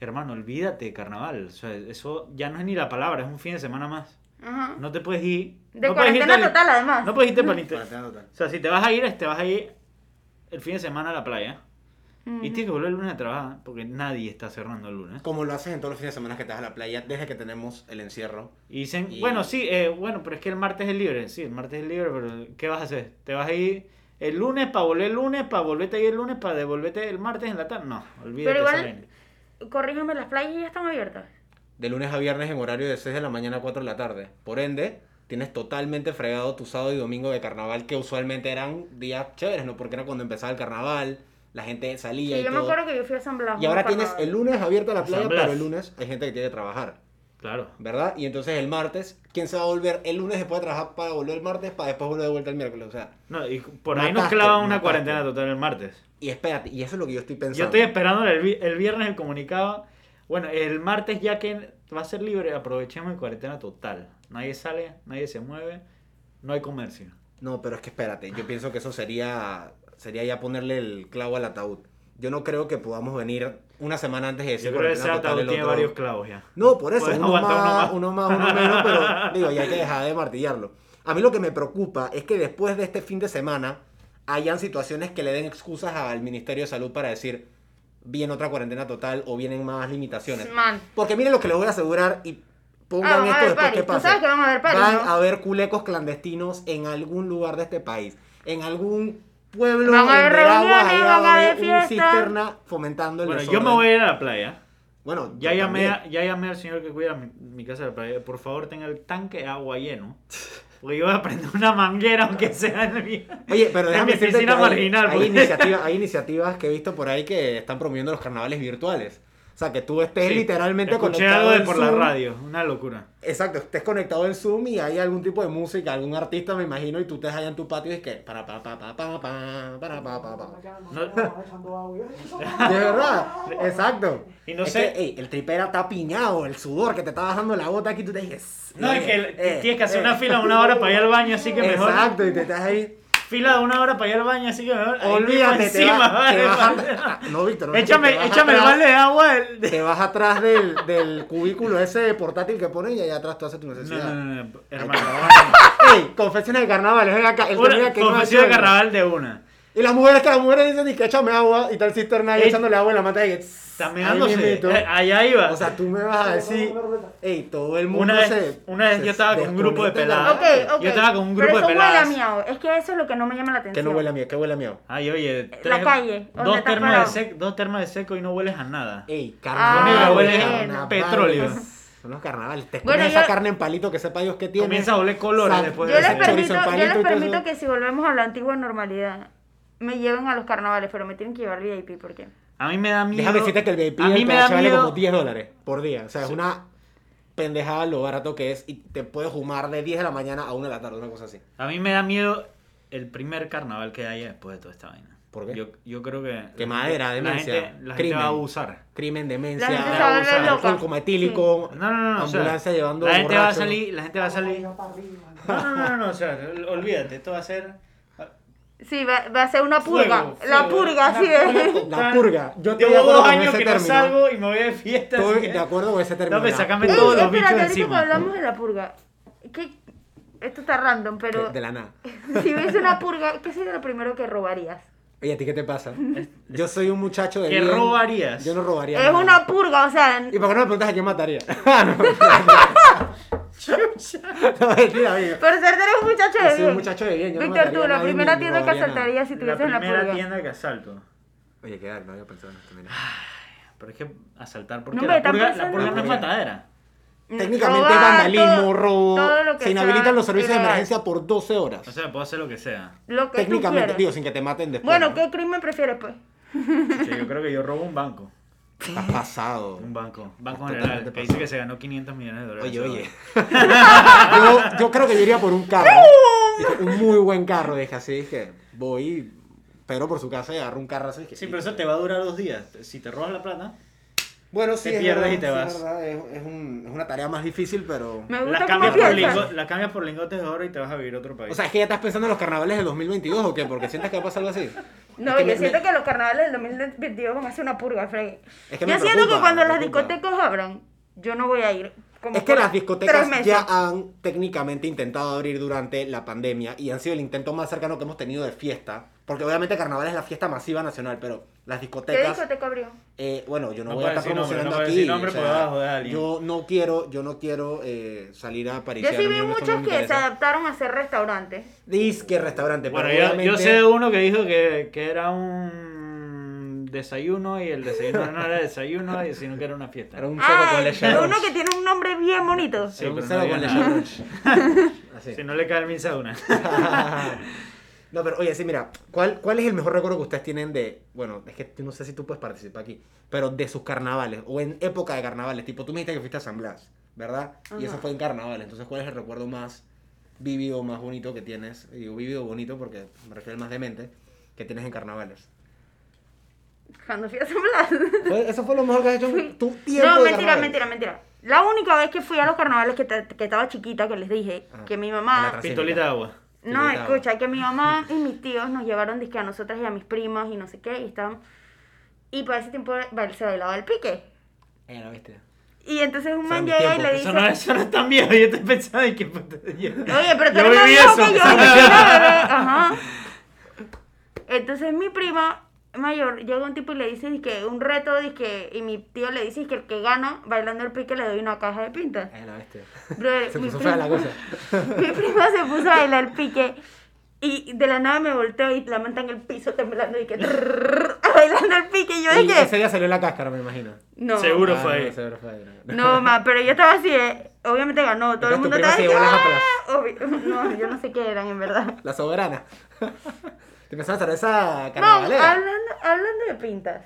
[SPEAKER 3] hermano, olvídate de carnaval. O sea, eso ya no es ni la palabra, es un fin de semana más.
[SPEAKER 1] Ajá.
[SPEAKER 3] No te puedes ir.
[SPEAKER 1] De
[SPEAKER 3] no puedes irte
[SPEAKER 1] cuarentena
[SPEAKER 3] al-
[SPEAKER 1] total, además.
[SPEAKER 3] No puedes irte para el inter-
[SPEAKER 2] Cuarentena total.
[SPEAKER 3] O sea, si te vas a ir, es- te vas a ir el fin de semana a la playa. Y tienes que volver el lunes a trabajar, porque nadie está cerrando el lunes.
[SPEAKER 2] Como lo haces en todos los fines de semana que estás a la playa, desde que tenemos el encierro.
[SPEAKER 3] Y dicen,
[SPEAKER 2] Y-
[SPEAKER 3] bueno, sí, eh, bueno, pero es que el martes es libre. Sí, el martes es libre, pero ¿qué vas a hacer? ¿Te vas a ir el lunes para volver el lunes, para volverte a ir el lunes, para devolverte el martes en la tarde? No, olvídate
[SPEAKER 1] Pero
[SPEAKER 3] esa
[SPEAKER 1] igual-
[SPEAKER 3] vaina.
[SPEAKER 1] Corrígeme, las playas ya están abiertas.
[SPEAKER 2] de lunes a viernes en horario de 6 de la mañana a 4 de la tarde. Por ende, tienes totalmente fregado tu sábado y domingo de carnaval, que usualmente eran días chéveres, ¿no? Porque era cuando empezaba el carnaval, la gente salía
[SPEAKER 1] Sí,
[SPEAKER 2] y
[SPEAKER 1] yo me
[SPEAKER 2] todo.
[SPEAKER 1] acuerdo que yo fui a San Blas.
[SPEAKER 2] Y ahora
[SPEAKER 1] un
[SPEAKER 2] tienes
[SPEAKER 1] carnaval.
[SPEAKER 2] el lunes abierta la
[SPEAKER 3] San
[SPEAKER 2] playa,
[SPEAKER 3] Blas.
[SPEAKER 2] pero el lunes hay gente que tiene que trabajar,
[SPEAKER 3] Claro.
[SPEAKER 2] ¿verdad? Y entonces el martes, ¿quién se va a volver el lunes después de trabajar para volver el martes, para después volver de vuelta el miércoles? O sea,
[SPEAKER 3] No, y por ahí nos
[SPEAKER 2] Mataste,
[SPEAKER 3] clavan una
[SPEAKER 2] mataste.
[SPEAKER 3] cuarentena total el martes.
[SPEAKER 2] y espérate, y eso es lo que yo estoy pensando.
[SPEAKER 3] Yo estoy esperando el, vi- el viernes el comunicado. Bueno, el martes ya que va a ser libre, aprovechemos el cuarentena total. Nadie sale, nadie se mueve, no hay comercio.
[SPEAKER 2] No, pero es que espérate, yo pienso que eso sería sería ya ponerle el clavo al ataúd. Yo no creo que podamos venir una semana antes de decir
[SPEAKER 3] Yo creo que ese
[SPEAKER 2] cuarentena total,
[SPEAKER 3] ataúd
[SPEAKER 2] el
[SPEAKER 3] tiene
[SPEAKER 2] otro-
[SPEAKER 3] varios clavos ya.
[SPEAKER 2] No, por eso,
[SPEAKER 3] Puedes
[SPEAKER 2] uno más,
[SPEAKER 3] aguantar uno más.
[SPEAKER 2] uno más, uno menos, pero digo, ya hay que dejar de martillarlo. A mí lo que me preocupa es que después de este fin de semana hayan situaciones que le den excusas al Ministerio de Salud para decir viene otra cuarentena total o vienen más limitaciones.
[SPEAKER 1] Man.
[SPEAKER 2] Porque miren lo que les voy a asegurar y
[SPEAKER 1] Ah,
[SPEAKER 2] pongan
[SPEAKER 1] vamos a ver
[SPEAKER 2] esto después
[SPEAKER 1] paris.
[SPEAKER 2] que
[SPEAKER 1] Tú
[SPEAKER 2] pase.
[SPEAKER 1] sabes que vamos a ver paris,
[SPEAKER 2] Van
[SPEAKER 1] ¿no?
[SPEAKER 2] a haber culecos clandestinos en algún lugar de este país. En algún pueblo
[SPEAKER 1] Van a haber
[SPEAKER 2] en Veraguas,
[SPEAKER 1] reuniones,
[SPEAKER 2] allá
[SPEAKER 1] van a
[SPEAKER 2] va
[SPEAKER 1] haber
[SPEAKER 2] un
[SPEAKER 1] fiestas.
[SPEAKER 2] cisterna fomentando el
[SPEAKER 3] Bueno, yo
[SPEAKER 2] desorden.
[SPEAKER 3] me voy a ir a la playa.
[SPEAKER 2] Bueno,
[SPEAKER 3] Ya
[SPEAKER 2] yo
[SPEAKER 3] llamé,
[SPEAKER 2] también.
[SPEAKER 3] a- ya llamé al señor que cuida mi, mi casa de la playa. Por favor, tenga el tanque de agua lleno. Porque yo voy a prender una manguera, aunque sea en mi.
[SPEAKER 2] Oye, pero
[SPEAKER 3] en
[SPEAKER 2] déjame decirte
[SPEAKER 3] mi
[SPEAKER 2] que
[SPEAKER 3] piscina
[SPEAKER 2] hay,
[SPEAKER 3] marginal, pues.
[SPEAKER 2] hay
[SPEAKER 3] porque-
[SPEAKER 2] iniciativas, hay iniciativas que he visto por ahí que están promoviendo los carnavales virtuales. O sea, que tú estés
[SPEAKER 3] Sí,
[SPEAKER 2] literalmente
[SPEAKER 3] Escuché
[SPEAKER 2] conectado
[SPEAKER 3] algo de
[SPEAKER 2] en
[SPEAKER 3] por la
[SPEAKER 2] Zoom.
[SPEAKER 3] radio, una locura.
[SPEAKER 2] Exacto, estés conectado en Zoom y hay algún tipo de música, algún artista, me imagino, y tú estés allá en tu patio y es que para pa pa pa pa pa para pa pa pa. De verdad, exacto.
[SPEAKER 3] Y no
[SPEAKER 2] Es
[SPEAKER 3] sé-
[SPEAKER 2] que, ey, el tripera está piñado, el sudor que te está bajando la bota aquí, tú te dices.
[SPEAKER 3] No, es que
[SPEAKER 2] eh,
[SPEAKER 3] tienes que hacer
[SPEAKER 2] eh,
[SPEAKER 3] una fila una hora para ir al baño, así que mejor.
[SPEAKER 2] Exacto, y te estás ahí.
[SPEAKER 3] Fila de una hora para ir al baño, así que mejor. ahí mismo
[SPEAKER 2] Olvídate, te, va-
[SPEAKER 3] encima,
[SPEAKER 2] te
[SPEAKER 3] vale,
[SPEAKER 2] vas
[SPEAKER 3] vale.
[SPEAKER 2] a- No, Víctor. no, te
[SPEAKER 3] Échame,
[SPEAKER 2] vas
[SPEAKER 3] échame el
[SPEAKER 2] atrás-
[SPEAKER 3] balde de agua. del- de-
[SPEAKER 2] Te vas atrás del, del cubículo ese portátil que ponen y allá atrás tú haces tu
[SPEAKER 3] No,
[SPEAKER 2] necesidad.
[SPEAKER 3] no, no, no, hermano. vamos.
[SPEAKER 2] ¡Ey! Confesiones de carnavales, ven acá. El
[SPEAKER 3] Una-
[SPEAKER 2] comida que no
[SPEAKER 3] Confesión de
[SPEAKER 2] ayuda.
[SPEAKER 3] carnaval de una.
[SPEAKER 2] Y las mujeres que las mujeres dicen y que échame agua y tal cisterna ahí
[SPEAKER 3] Ey.
[SPEAKER 2] echándole agua en la manta y que. tss,
[SPEAKER 3] Está
[SPEAKER 2] ahí
[SPEAKER 3] meándose.
[SPEAKER 2] mismito.
[SPEAKER 3] Eh, Allá iba.
[SPEAKER 2] O sea, tú me vas a decir. Ey, todo el mundo
[SPEAKER 3] Una vez,
[SPEAKER 2] se.
[SPEAKER 3] una vez
[SPEAKER 2] se
[SPEAKER 3] yo estaba con un grupo de
[SPEAKER 2] desconecta la-
[SPEAKER 3] peladas.
[SPEAKER 1] Ok, ok.
[SPEAKER 3] Yo estaba con un
[SPEAKER 1] Pero
[SPEAKER 3] grupo de
[SPEAKER 1] eso huele a
[SPEAKER 3] peladas.
[SPEAKER 1] miau. Es que eso es lo que no me llama la atención.
[SPEAKER 2] Que no huele a miedo, que huele a miedo.
[SPEAKER 3] Ay, oye.
[SPEAKER 1] calle, donde
[SPEAKER 3] Dos
[SPEAKER 1] estás
[SPEAKER 3] termos, de
[SPEAKER 1] parado.
[SPEAKER 3] seco, dos termos de seco y no hueles a nada.
[SPEAKER 2] Ey,
[SPEAKER 1] Ah,
[SPEAKER 2] carnaval.
[SPEAKER 1] huele a
[SPEAKER 2] carnaval.
[SPEAKER 3] petróleo.
[SPEAKER 2] Son los carnavales. Te
[SPEAKER 1] Bueno,
[SPEAKER 2] comes
[SPEAKER 1] yo-
[SPEAKER 2] esa carne en palito que sepa Dios que tiene.
[SPEAKER 3] Comienza a oler colores
[SPEAKER 2] Sal-
[SPEAKER 3] después
[SPEAKER 1] Yo
[SPEAKER 3] de
[SPEAKER 1] les
[SPEAKER 2] Chorizo en
[SPEAKER 1] permito, yo
[SPEAKER 2] palito y
[SPEAKER 1] les
[SPEAKER 2] todo eso.
[SPEAKER 1] permito que si volvemos a la antigua normalidad, me lleven a los carnavales, pero me tienen que llevar VIP porque
[SPEAKER 3] A mí me da miedo.
[SPEAKER 2] Déjame decirte que el VIP
[SPEAKER 3] a mí
[SPEAKER 2] del
[SPEAKER 3] me da
[SPEAKER 2] PH vale
[SPEAKER 3] miedo.
[SPEAKER 2] como 10 dólares por día. O sea, es una pendejada lo barato que es y te puedes fumar de 10 de la mañana a 1 de la tarde, una cosa así.
[SPEAKER 3] A mí me da miedo el primer carnaval que haya después de toda esta vaina.
[SPEAKER 2] ¿Por qué?
[SPEAKER 3] Yo, yo creo que.
[SPEAKER 2] Quemadera,
[SPEAKER 3] la
[SPEAKER 2] demencia,
[SPEAKER 3] gente- La gente,
[SPEAKER 2] crimen.
[SPEAKER 3] va a abusar.
[SPEAKER 2] Crimen, demencia,
[SPEAKER 1] La gente
[SPEAKER 3] se va a volver
[SPEAKER 2] alcohol
[SPEAKER 1] loca.
[SPEAKER 2] como etílico,
[SPEAKER 3] No, no, no. no, o sea,
[SPEAKER 2] ambulancia llevando
[SPEAKER 3] La gente va a
[SPEAKER 2] borrachos.
[SPEAKER 3] salir. La gente va a salir. No, no, no, no. no, o sea, ol- olvídate. Esto va a ser.
[SPEAKER 1] sí va, va a ser una purga,
[SPEAKER 3] fuego,
[SPEAKER 1] la
[SPEAKER 3] fuego,
[SPEAKER 1] purga,
[SPEAKER 3] una
[SPEAKER 1] sí.
[SPEAKER 3] purga
[SPEAKER 1] es.
[SPEAKER 2] La
[SPEAKER 3] total.
[SPEAKER 2] purga. Yo estoy de
[SPEAKER 3] Llevo
[SPEAKER 2] acuerdo
[SPEAKER 3] dos
[SPEAKER 2] con
[SPEAKER 3] años
[SPEAKER 2] ese
[SPEAKER 3] que no
[SPEAKER 2] término.
[SPEAKER 3] salgo y me voy de fiesta. así
[SPEAKER 2] Estoy
[SPEAKER 3] que-
[SPEAKER 2] de acuerdo con ese término.
[SPEAKER 3] eh. No, me
[SPEAKER 2] la
[SPEAKER 3] sácame
[SPEAKER 1] Ey,
[SPEAKER 2] purga
[SPEAKER 3] todos los
[SPEAKER 1] espérate,
[SPEAKER 3] bichos
[SPEAKER 1] ahorita que
[SPEAKER 3] encima.
[SPEAKER 1] hablamos de la purga, que esto está random, pero
[SPEAKER 2] De la nada.
[SPEAKER 1] si hubiese una purga, ¿qué sería lo primero que robarías?
[SPEAKER 2] Oye, ¿a ti qué te pasa? Yo soy un muchacho de
[SPEAKER 3] ¿Qué
[SPEAKER 2] bien.
[SPEAKER 3] robarías?
[SPEAKER 2] Yo no robaría
[SPEAKER 1] Es
[SPEAKER 2] nada.
[SPEAKER 1] una purga, o sea,
[SPEAKER 2] ¿Y por qué no me preguntas a quién mataría? Ah, no, mentira, amigo.
[SPEAKER 1] por ser eres un muchacho
[SPEAKER 2] Yo
[SPEAKER 1] de
[SPEAKER 2] soy un
[SPEAKER 1] bien.
[SPEAKER 2] muchacho de bien, yo no
[SPEAKER 1] Víctor,
[SPEAKER 2] mataría
[SPEAKER 1] tú,
[SPEAKER 2] a
[SPEAKER 1] la
[SPEAKER 2] nadie ni-
[SPEAKER 1] primera
[SPEAKER 2] ni
[SPEAKER 1] tienda que
[SPEAKER 2] robaría nada.
[SPEAKER 1] asaltarías si
[SPEAKER 3] La
[SPEAKER 1] tuvieses una
[SPEAKER 3] primera
[SPEAKER 1] purga.
[SPEAKER 3] tienda que asalto.
[SPEAKER 2] Oye, qué dar, no había pensado en esto, mira.
[SPEAKER 3] Pero es que asaltar porque
[SPEAKER 1] No, hombre,
[SPEAKER 3] la,
[SPEAKER 1] están
[SPEAKER 3] purga, la
[SPEAKER 1] pensando-
[SPEAKER 3] purga no es
[SPEAKER 2] Purga.
[SPEAKER 3] matadera.
[SPEAKER 2] Técnicamente
[SPEAKER 1] Mm,
[SPEAKER 2] es
[SPEAKER 1] Robar,
[SPEAKER 2] vandalismo,
[SPEAKER 1] todo-
[SPEAKER 2] robo.
[SPEAKER 1] todo lo que
[SPEAKER 2] se inhabilitan
[SPEAKER 1] sea,
[SPEAKER 2] los servicios de
[SPEAKER 1] ilegal.
[SPEAKER 2] emergencia por 12 horas.
[SPEAKER 3] O sea, puedo hacer lo que sea.
[SPEAKER 1] Lo que tú
[SPEAKER 2] Técnicamente,
[SPEAKER 1] quieres.
[SPEAKER 2] digo, sin que te maten después.
[SPEAKER 1] Bueno,
[SPEAKER 2] ¿no?
[SPEAKER 1] ¿qué crimen prefieres, pues?
[SPEAKER 3] Sí, yo creo que yo robo un banco.
[SPEAKER 2] Está pasado.
[SPEAKER 3] Un banco. Banco
[SPEAKER 2] Totalmente
[SPEAKER 3] General. Que
[SPEAKER 2] pasado.
[SPEAKER 3] dice que se ganó 500 millones de dólares.
[SPEAKER 2] Oye, oye. yo, yo creo que yo iría por un carro. Dije, un muy buen carro, dije así, dije, voy, pero por su casa y agarro un carro así. dije,
[SPEAKER 3] Sí, pero eso te va a durar dos días. Si te robas la plata.
[SPEAKER 2] Bueno, sí,
[SPEAKER 3] te
[SPEAKER 2] es
[SPEAKER 3] pierdes
[SPEAKER 2] verdad,
[SPEAKER 3] y te
[SPEAKER 2] sí,
[SPEAKER 3] vas.
[SPEAKER 2] Es, verdad, es- es un- es una tarea más difícil, pero...
[SPEAKER 1] Me
[SPEAKER 3] Las
[SPEAKER 1] gusta cómo
[SPEAKER 3] cambias, por
[SPEAKER 1] piensas.
[SPEAKER 3] lingo- las cambias por lingotes de oro y te vas a vivir a otro país.
[SPEAKER 2] O sea, es que ya estás pensando en los carnavales del 2022 o qué, porque sientes que va a pasar algo así.
[SPEAKER 1] No,
[SPEAKER 2] Es que
[SPEAKER 1] yo
[SPEAKER 2] me-
[SPEAKER 1] siento
[SPEAKER 2] me-
[SPEAKER 1] que los carnavales del 2022 van a ser una purga, Freddy.
[SPEAKER 2] Es que me
[SPEAKER 1] yo siento
[SPEAKER 2] preocupa,
[SPEAKER 1] que cuando
[SPEAKER 2] me
[SPEAKER 1] las
[SPEAKER 2] preocupa.
[SPEAKER 1] discotecas abran, yo no voy a ir. como
[SPEAKER 2] Es que
[SPEAKER 1] por
[SPEAKER 2] las
[SPEAKER 1] tres
[SPEAKER 2] discotecas
[SPEAKER 1] meses.
[SPEAKER 2] ya han técnicamente intentado abrir durante la pandemia y han sido el intento más cercano que hemos tenido de fiesta. Porque obviamente carnaval es la fiesta masiva nacional, pero las
[SPEAKER 1] ¿Qué
[SPEAKER 2] discotecas...
[SPEAKER 1] discoteca abrió?
[SPEAKER 2] eh, bueno, yo no,
[SPEAKER 3] No
[SPEAKER 2] voy a
[SPEAKER 3] puedes
[SPEAKER 2] estar
[SPEAKER 3] decir nombre,
[SPEAKER 2] promocionando
[SPEAKER 3] no puedes
[SPEAKER 2] aquí.
[SPEAKER 3] decir nombre
[SPEAKER 2] o sea,
[SPEAKER 3] porque vas a joder a alguien.
[SPEAKER 2] yo no quiero, yo no quiero eh, salir a París.
[SPEAKER 1] Yo sí vi muchos que se adaptaron a ser restaurantes.
[SPEAKER 2] Disque restaurante,
[SPEAKER 3] bueno,
[SPEAKER 2] pero
[SPEAKER 3] yo, yo
[SPEAKER 2] obviamente-
[SPEAKER 3] sé de uno que dijo que, que era un desayuno y el desayuno no era desayuno, sino que era una fiesta.
[SPEAKER 2] Era un cero
[SPEAKER 1] Ah,
[SPEAKER 2] con leche
[SPEAKER 1] uno que tiene un nombre bien bonito.
[SPEAKER 3] Sí,
[SPEAKER 2] Era un
[SPEAKER 3] pero no
[SPEAKER 2] cero
[SPEAKER 3] diga
[SPEAKER 2] con
[SPEAKER 3] nada.
[SPEAKER 2] leche Así.
[SPEAKER 3] Si no le cae el minsa una.
[SPEAKER 2] No, pero oye, sí, mira, ¿cuál, ¿cuál es el mejor recuerdo que ustedes tienen de, bueno, es que yo no sé si tú puedes participar aquí, pero de sus carnavales o en época de carnavales, tipo, tú me dijiste que fuiste a San Blas, ¿verdad? Y eso
[SPEAKER 1] Ajá.
[SPEAKER 2] fue en carnavales, entonces, ¿cuál es el recuerdo más vívido, más bonito que tienes? Y Digo vívido, bonito, porque me refiero al más demente, que tienes en carnavales.
[SPEAKER 1] Cuando fui a San Blas.
[SPEAKER 2] Fue- eso fue lo mejor que has hecho en tu tiempo
[SPEAKER 1] No, mentira,
[SPEAKER 2] de carnavales.
[SPEAKER 1] mentira, mentira. La única vez que fui a los carnavales que, te- que estaba chiquita, que les dije,
[SPEAKER 2] Ajá.
[SPEAKER 1] que mi
[SPEAKER 2] Ah, En la
[SPEAKER 1] mamá...
[SPEAKER 2] tra-
[SPEAKER 3] Pistolita de agua.
[SPEAKER 1] No,
[SPEAKER 2] Pistolita.
[SPEAKER 1] escucha, que mi mamá y mis tíos nos llevaron disque a nosotras y a mis primas y no sé qué, y estaban... Y para ese tiempo ba- se bailaba el pique.
[SPEAKER 2] Eh, la bestia.
[SPEAKER 1] Y entonces un
[SPEAKER 2] Eso
[SPEAKER 1] man
[SPEAKER 2] era mi
[SPEAKER 1] llega y
[SPEAKER 2] tiempo,
[SPEAKER 1] le dice...
[SPEAKER 3] Eso no, eso no es tan viejo. Yo estoy pensando en que.
[SPEAKER 1] Oye, pero tú
[SPEAKER 3] Yo
[SPEAKER 1] eres más
[SPEAKER 3] viví
[SPEAKER 1] viejo
[SPEAKER 3] eso.
[SPEAKER 1] que yo, yo era bebé, Ajá. Entonces mi prima mayor llega un tipo y le dice que un reto, dizque, y mi tío le dice que el que gana bailando el pique le doy una caja de pintas.
[SPEAKER 2] Eh, la bestia.
[SPEAKER 1] Brother,
[SPEAKER 2] Se
[SPEAKER 1] mi,
[SPEAKER 2] puso fea
[SPEAKER 1] prima,
[SPEAKER 2] la cosa.
[SPEAKER 1] mi prima se puso a bailar pique y de la nada me volteo y la manta en el piso temblando y que trrrr, bailando el pique y yo
[SPEAKER 2] Y ese
[SPEAKER 1] dije
[SPEAKER 2] día salió la cáscara, me imagino.
[SPEAKER 1] no
[SPEAKER 3] Seguro
[SPEAKER 2] Ah,
[SPEAKER 3] fue
[SPEAKER 2] no,
[SPEAKER 3] ahí.
[SPEAKER 2] seguro fue ahí.
[SPEAKER 1] no ma pero yo estaba así eh, obviamente ganó todo el
[SPEAKER 2] Entonces tu
[SPEAKER 1] mundo estaba
[SPEAKER 2] prima se
[SPEAKER 1] así
[SPEAKER 2] llevó las atrás.
[SPEAKER 1] "Ah", obvio. no yo no sé qué eran en verdad
[SPEAKER 2] La soberana. Te pensaba hacer esa
[SPEAKER 1] no
[SPEAKER 2] carnavalera.
[SPEAKER 1] hablando hablando de pintas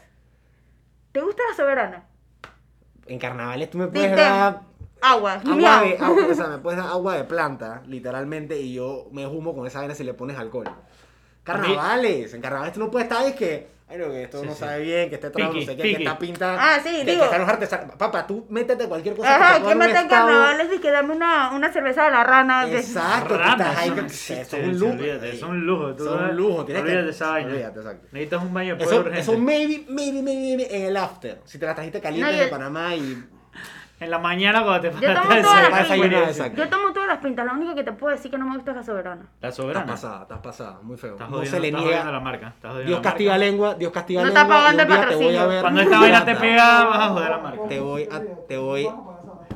[SPEAKER 1] te gusta la soberana
[SPEAKER 2] En carnavales tú me puedes
[SPEAKER 1] Diste
[SPEAKER 2] dar
[SPEAKER 1] agua
[SPEAKER 2] agua
[SPEAKER 1] miau.
[SPEAKER 2] de, agua- o sea, me puedes dar agua de planta, literalmente, y yo me humo con esa vaina si le pones alcohol. Carnavales, en carnavales tú no puedes estar, es que, Ay, no, que esto
[SPEAKER 3] Sí,
[SPEAKER 2] no
[SPEAKER 3] sí.
[SPEAKER 2] sabe bien, que este trago no
[SPEAKER 3] Piqui,
[SPEAKER 2] sé qué, que
[SPEAKER 3] piqui.
[SPEAKER 2] está pinta.
[SPEAKER 1] Ah, sí,
[SPEAKER 2] que,
[SPEAKER 1] digo.
[SPEAKER 2] Que están los artesanos. Papá, tú métete cualquier cosa. que te
[SPEAKER 1] Ajá,
[SPEAKER 2] pongan
[SPEAKER 1] que
[SPEAKER 2] un
[SPEAKER 1] meten
[SPEAKER 2] estado.
[SPEAKER 1] carnavales y que dame una, una cerveza de la rana. que-
[SPEAKER 2] Exacto, tú
[SPEAKER 3] Rana,
[SPEAKER 2] estás ahí
[SPEAKER 3] eso
[SPEAKER 2] que-
[SPEAKER 3] no
[SPEAKER 2] eso
[SPEAKER 3] existe,
[SPEAKER 2] es un lujo.
[SPEAKER 3] olvídate,
[SPEAKER 2] ey.
[SPEAKER 3] eso es un lujo, tú
[SPEAKER 2] Eso es
[SPEAKER 3] vas-
[SPEAKER 2] un lujo, tienes que-
[SPEAKER 3] ¿eh? olvídate esa vaina.
[SPEAKER 2] Olvídate, exacto.
[SPEAKER 3] Necesitas un baño de polvo
[SPEAKER 2] Eso,
[SPEAKER 3] urgente.
[SPEAKER 2] eso maybe, maybe, maybe, maybe en el after. Si te la trajiste caliente
[SPEAKER 1] No, y
[SPEAKER 2] de
[SPEAKER 1] el-
[SPEAKER 2] Panamá y.
[SPEAKER 3] En la mañana cuando te
[SPEAKER 1] Yo tomo
[SPEAKER 3] paras
[SPEAKER 1] todas
[SPEAKER 3] desayunar,
[SPEAKER 1] las
[SPEAKER 2] desayunar,
[SPEAKER 3] buenísimo.
[SPEAKER 2] exacto.
[SPEAKER 1] Yo tomo todas las pintas, lo único que te puedo decir que no me gusta es la soberana.
[SPEAKER 3] La
[SPEAKER 2] Estás
[SPEAKER 3] soberana.
[SPEAKER 2] pasada, estás pasada, muy feo.
[SPEAKER 3] Estás
[SPEAKER 2] no
[SPEAKER 3] jodiendo-
[SPEAKER 2] se le
[SPEAKER 3] estás jodiendo a la
[SPEAKER 2] niega.
[SPEAKER 3] marca. estás jodiendo
[SPEAKER 2] Dios
[SPEAKER 3] a la
[SPEAKER 2] castiga
[SPEAKER 3] marca.
[SPEAKER 2] lengua, Dios castiga
[SPEAKER 1] No
[SPEAKER 2] lengua.
[SPEAKER 1] está pagando
[SPEAKER 2] y
[SPEAKER 1] el
[SPEAKER 2] un día te voy a
[SPEAKER 1] patrocinio.
[SPEAKER 2] ver
[SPEAKER 3] Cuando esta vaina te
[SPEAKER 2] pirata.
[SPEAKER 3] pega, vas a joder a la marca.
[SPEAKER 2] Te voy a. Te voy.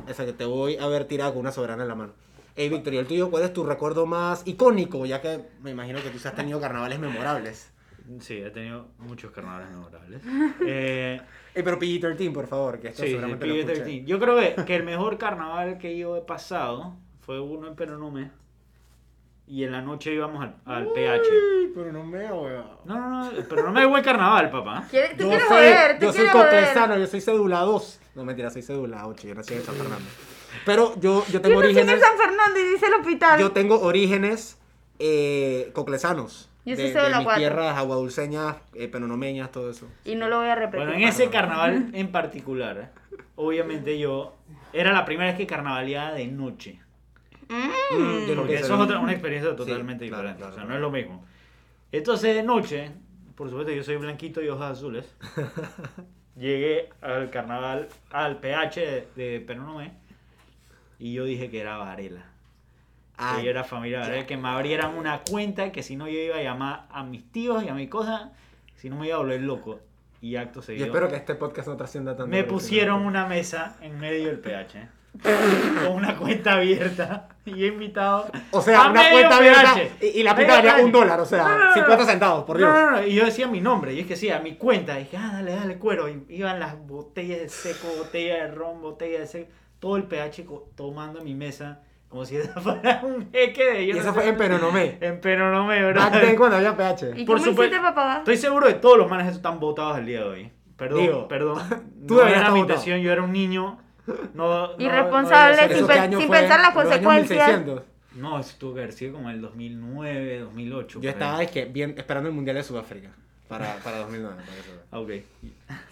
[SPEAKER 2] Exacto, te voy a ver tirado con una soberana en la mano. Ey, Víctor, ¿y el tuyo cuál es tu recuerdo más icónico? Ya que me imagino que tú sí has tenido carnavales memorables.
[SPEAKER 3] Sí, he tenido muchos carnavales memorables. Eh,
[SPEAKER 2] Ey, pero PG-13, por favor, que esto
[SPEAKER 3] sí, sí,
[SPEAKER 2] seguramente lo
[SPEAKER 3] PG-13.
[SPEAKER 2] escuché.
[SPEAKER 3] Yo creo que, que el mejor carnaval que yo he pasado fue uno en Peronume. Y en la noche íbamos al, al PH.
[SPEAKER 2] Uy, pero no me weón.
[SPEAKER 3] No, no, no, pero no me llegó el carnaval, papá.
[SPEAKER 1] ¿Quieres- ¿Tú
[SPEAKER 2] Yo
[SPEAKER 1] quieres
[SPEAKER 2] sé,
[SPEAKER 1] joder? ¿Tú
[SPEAKER 2] yo soy
[SPEAKER 1] quieres joder?
[SPEAKER 2] coclesano, yo soy cédula 2. No, mentira, soy cédula 8, yo nací en San Fernando. Pero yo, yo
[SPEAKER 1] Yo
[SPEAKER 2] tengo
[SPEAKER 1] nací en el
[SPEAKER 2] orígenes,
[SPEAKER 1] San Fernando y dice el hospital.
[SPEAKER 2] yo tengo orígenes eh, coclesanos.
[SPEAKER 1] Yo soy
[SPEAKER 2] de, de
[SPEAKER 1] cédula
[SPEAKER 2] mis
[SPEAKER 1] cuatro.
[SPEAKER 2] tierras aguadulceñas, eh, penonomeñas, todo eso.
[SPEAKER 1] Y no lo voy a repetir.
[SPEAKER 3] Bueno, en ese carnaval en particular, obviamente yo era la primera vez que carnavaleaba de noche.
[SPEAKER 1] Mm.
[SPEAKER 2] Mm, yo no
[SPEAKER 3] Porque
[SPEAKER 2] pienso
[SPEAKER 3] eso
[SPEAKER 2] en-
[SPEAKER 3] es otra, una experiencia
[SPEAKER 2] Sí,
[SPEAKER 3] totalmente
[SPEAKER 2] claro,
[SPEAKER 3] diferente.
[SPEAKER 2] claro,
[SPEAKER 3] o sea, no
[SPEAKER 2] claro.
[SPEAKER 3] es lo mismo. Entonces, de noche, por supuesto, yo soy blanquito y hojas azules. Llegué al carnaval, al PH de, de Penonomé, y yo dije que era Varela.
[SPEAKER 2] Ah,
[SPEAKER 3] que yo era familia Varela, que me abrieran una cuenta, que si no yo iba a llamar a mis tíos y a mi cosa, si no me iba a volver loco. Y acto
[SPEAKER 2] yo
[SPEAKER 3] seguido.
[SPEAKER 2] espero que este podcast no trascienda tanto.
[SPEAKER 3] Me
[SPEAKER 2] porque
[SPEAKER 3] pusieron
[SPEAKER 2] si no-
[SPEAKER 3] una mesa en medio del PH. con una cuenta abierta. Y he invitado.
[SPEAKER 2] O sea,
[SPEAKER 3] a
[SPEAKER 2] una
[SPEAKER 3] medio
[SPEAKER 2] cuenta abierta
[SPEAKER 3] PH.
[SPEAKER 2] y, y la
[SPEAKER 3] Medio
[SPEAKER 2] pica valía
[SPEAKER 3] PH.
[SPEAKER 2] un dólar, o sea,
[SPEAKER 3] No, no,
[SPEAKER 1] Ah.
[SPEAKER 3] no,
[SPEAKER 2] 50
[SPEAKER 3] no.
[SPEAKER 2] centavos, por Dios.
[SPEAKER 3] No, no, no, Y yo decía mi nombre. Y es que sí, a mi cuenta. Y dije, ah, dale, dale cuero. Y iban las botellas de seco, botella de ron, botella de seco. Todo el PH co- tomando mi mesa. Como si esa fuera un jeque de
[SPEAKER 2] Y
[SPEAKER 3] ellos.
[SPEAKER 2] eso fue en Penonomé.
[SPEAKER 3] En Peronomé, ¿verdad?
[SPEAKER 2] Back then cuando había PH.
[SPEAKER 1] ¿Y cómo
[SPEAKER 3] Por
[SPEAKER 1] hiciste
[SPEAKER 3] supuesto.
[SPEAKER 1] para pagar?
[SPEAKER 3] Estoy seguro de que todos los manes esos están votados al día de hoy. Perdón,
[SPEAKER 2] Digo,
[SPEAKER 3] perdón.
[SPEAKER 2] tú
[SPEAKER 3] no
[SPEAKER 2] deberías
[SPEAKER 3] era
[SPEAKER 2] estar votado.
[SPEAKER 3] mi intención, yo era un niño. No, no-
[SPEAKER 1] Irresponsable,
[SPEAKER 3] no,
[SPEAKER 1] sin
[SPEAKER 2] ¿Eso
[SPEAKER 3] debía ser eso.
[SPEAKER 2] qué
[SPEAKER 1] pe-
[SPEAKER 2] año
[SPEAKER 1] sin
[SPEAKER 2] fue?
[SPEAKER 1] pensar las
[SPEAKER 2] Los años
[SPEAKER 1] consecuencias.
[SPEAKER 2] 1600.
[SPEAKER 3] No, eso tuvo que haber sido como el 2009, 2008.
[SPEAKER 2] Yo
[SPEAKER 3] por ahí.
[SPEAKER 2] estaba es que, bien, esperando el Mundial de Sudáfrica para, para 2009. para que se vea.
[SPEAKER 3] Ah, ok.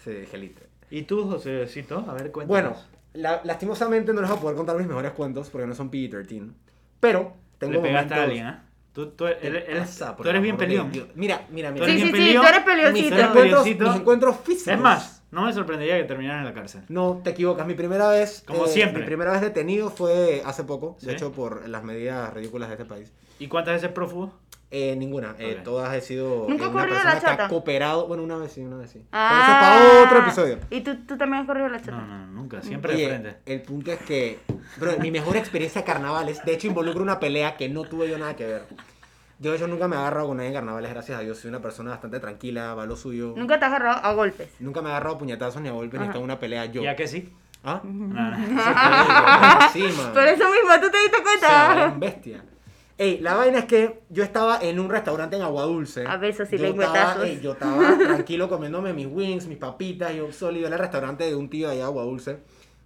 [SPEAKER 2] Sí, gelito.
[SPEAKER 3] ¿Y tú, Josecito? A ver, cuéntanos.
[SPEAKER 2] Bueno, la- lastimosamente no les voy a poder contar mis mejores cuentos porque no son PG-13. Pero tengo
[SPEAKER 3] le pegaste
[SPEAKER 2] momentos...
[SPEAKER 3] a alguien, ¿eh? Tú, tú- él- él-
[SPEAKER 2] Pasa, por
[SPEAKER 3] tú eres bien
[SPEAKER 2] favor,
[SPEAKER 3] peleón.
[SPEAKER 2] Dios. Mira, mira,
[SPEAKER 3] Tú
[SPEAKER 2] mira.
[SPEAKER 3] eres
[SPEAKER 1] Sí, sí,
[SPEAKER 2] mis,
[SPEAKER 3] bien
[SPEAKER 1] sí,
[SPEAKER 3] peleón.
[SPEAKER 1] tú eres peleoncito.
[SPEAKER 3] Mis-
[SPEAKER 1] tú eres
[SPEAKER 2] encuentros,
[SPEAKER 3] peleoncito.
[SPEAKER 2] mis encuentros físicos.
[SPEAKER 3] Es más, no me sorprendería que terminara en la cárcel.
[SPEAKER 2] No, te equivocas. Mi primera vez... eh,
[SPEAKER 3] Como siempre.
[SPEAKER 2] Mi primera vez detenido fue hace poco.
[SPEAKER 3] ¿Sí?
[SPEAKER 2] De hecho, por las medidas ridículas de este país.
[SPEAKER 3] ¿Y cuántas veces prófugo?
[SPEAKER 2] Eh, ninguna. Eh,
[SPEAKER 3] Ok.
[SPEAKER 2] todas he sido
[SPEAKER 1] ¿Nunca
[SPEAKER 2] eh,
[SPEAKER 1] has
[SPEAKER 2] una
[SPEAKER 1] corrido
[SPEAKER 2] persona
[SPEAKER 1] la
[SPEAKER 2] que ha
[SPEAKER 1] chata?
[SPEAKER 2] cooperado. Bueno, una vez sí, una vez sí.
[SPEAKER 1] Ah.
[SPEAKER 2] Pero eso es para otro episodio.
[SPEAKER 1] ¿Y tú, tú también has corrido la chata?
[SPEAKER 3] No, no, nunca. Siempre
[SPEAKER 2] Oye,
[SPEAKER 3] de frente.
[SPEAKER 2] El punto es que, bro, mi mejor experiencia de carnavales, de hecho, involucra una pelea que no tuve yo nada que ver. Yo, yo nunca me he agarrado con nadie en carnavales, gracias a Dios. Soy una persona bastante tranquila, va a lo suyo.
[SPEAKER 1] Nunca te has agarrado a golpes.
[SPEAKER 2] Nunca me he agarrado a puñetazos ni a golpes, ni
[SPEAKER 1] Ajá.
[SPEAKER 2] estado en una pelea yo.
[SPEAKER 3] ¿Ya que sí?
[SPEAKER 2] ¿Ah?
[SPEAKER 3] Nada.
[SPEAKER 2] Sí, man.
[SPEAKER 1] Por eso mismo, tú te diste
[SPEAKER 2] O sea, era
[SPEAKER 1] cuenta.
[SPEAKER 2] un bestia. Ey, la vaina es que yo estaba en un restaurante en Agua Dulce.
[SPEAKER 1] A besos y
[SPEAKER 2] yo estaba,
[SPEAKER 1] lengüetazos.
[SPEAKER 2] ey, yo estaba tranquilo comiéndome mis wings, mis papitas, yo sólido en el restaurante de un tío allá en Agua Dulce.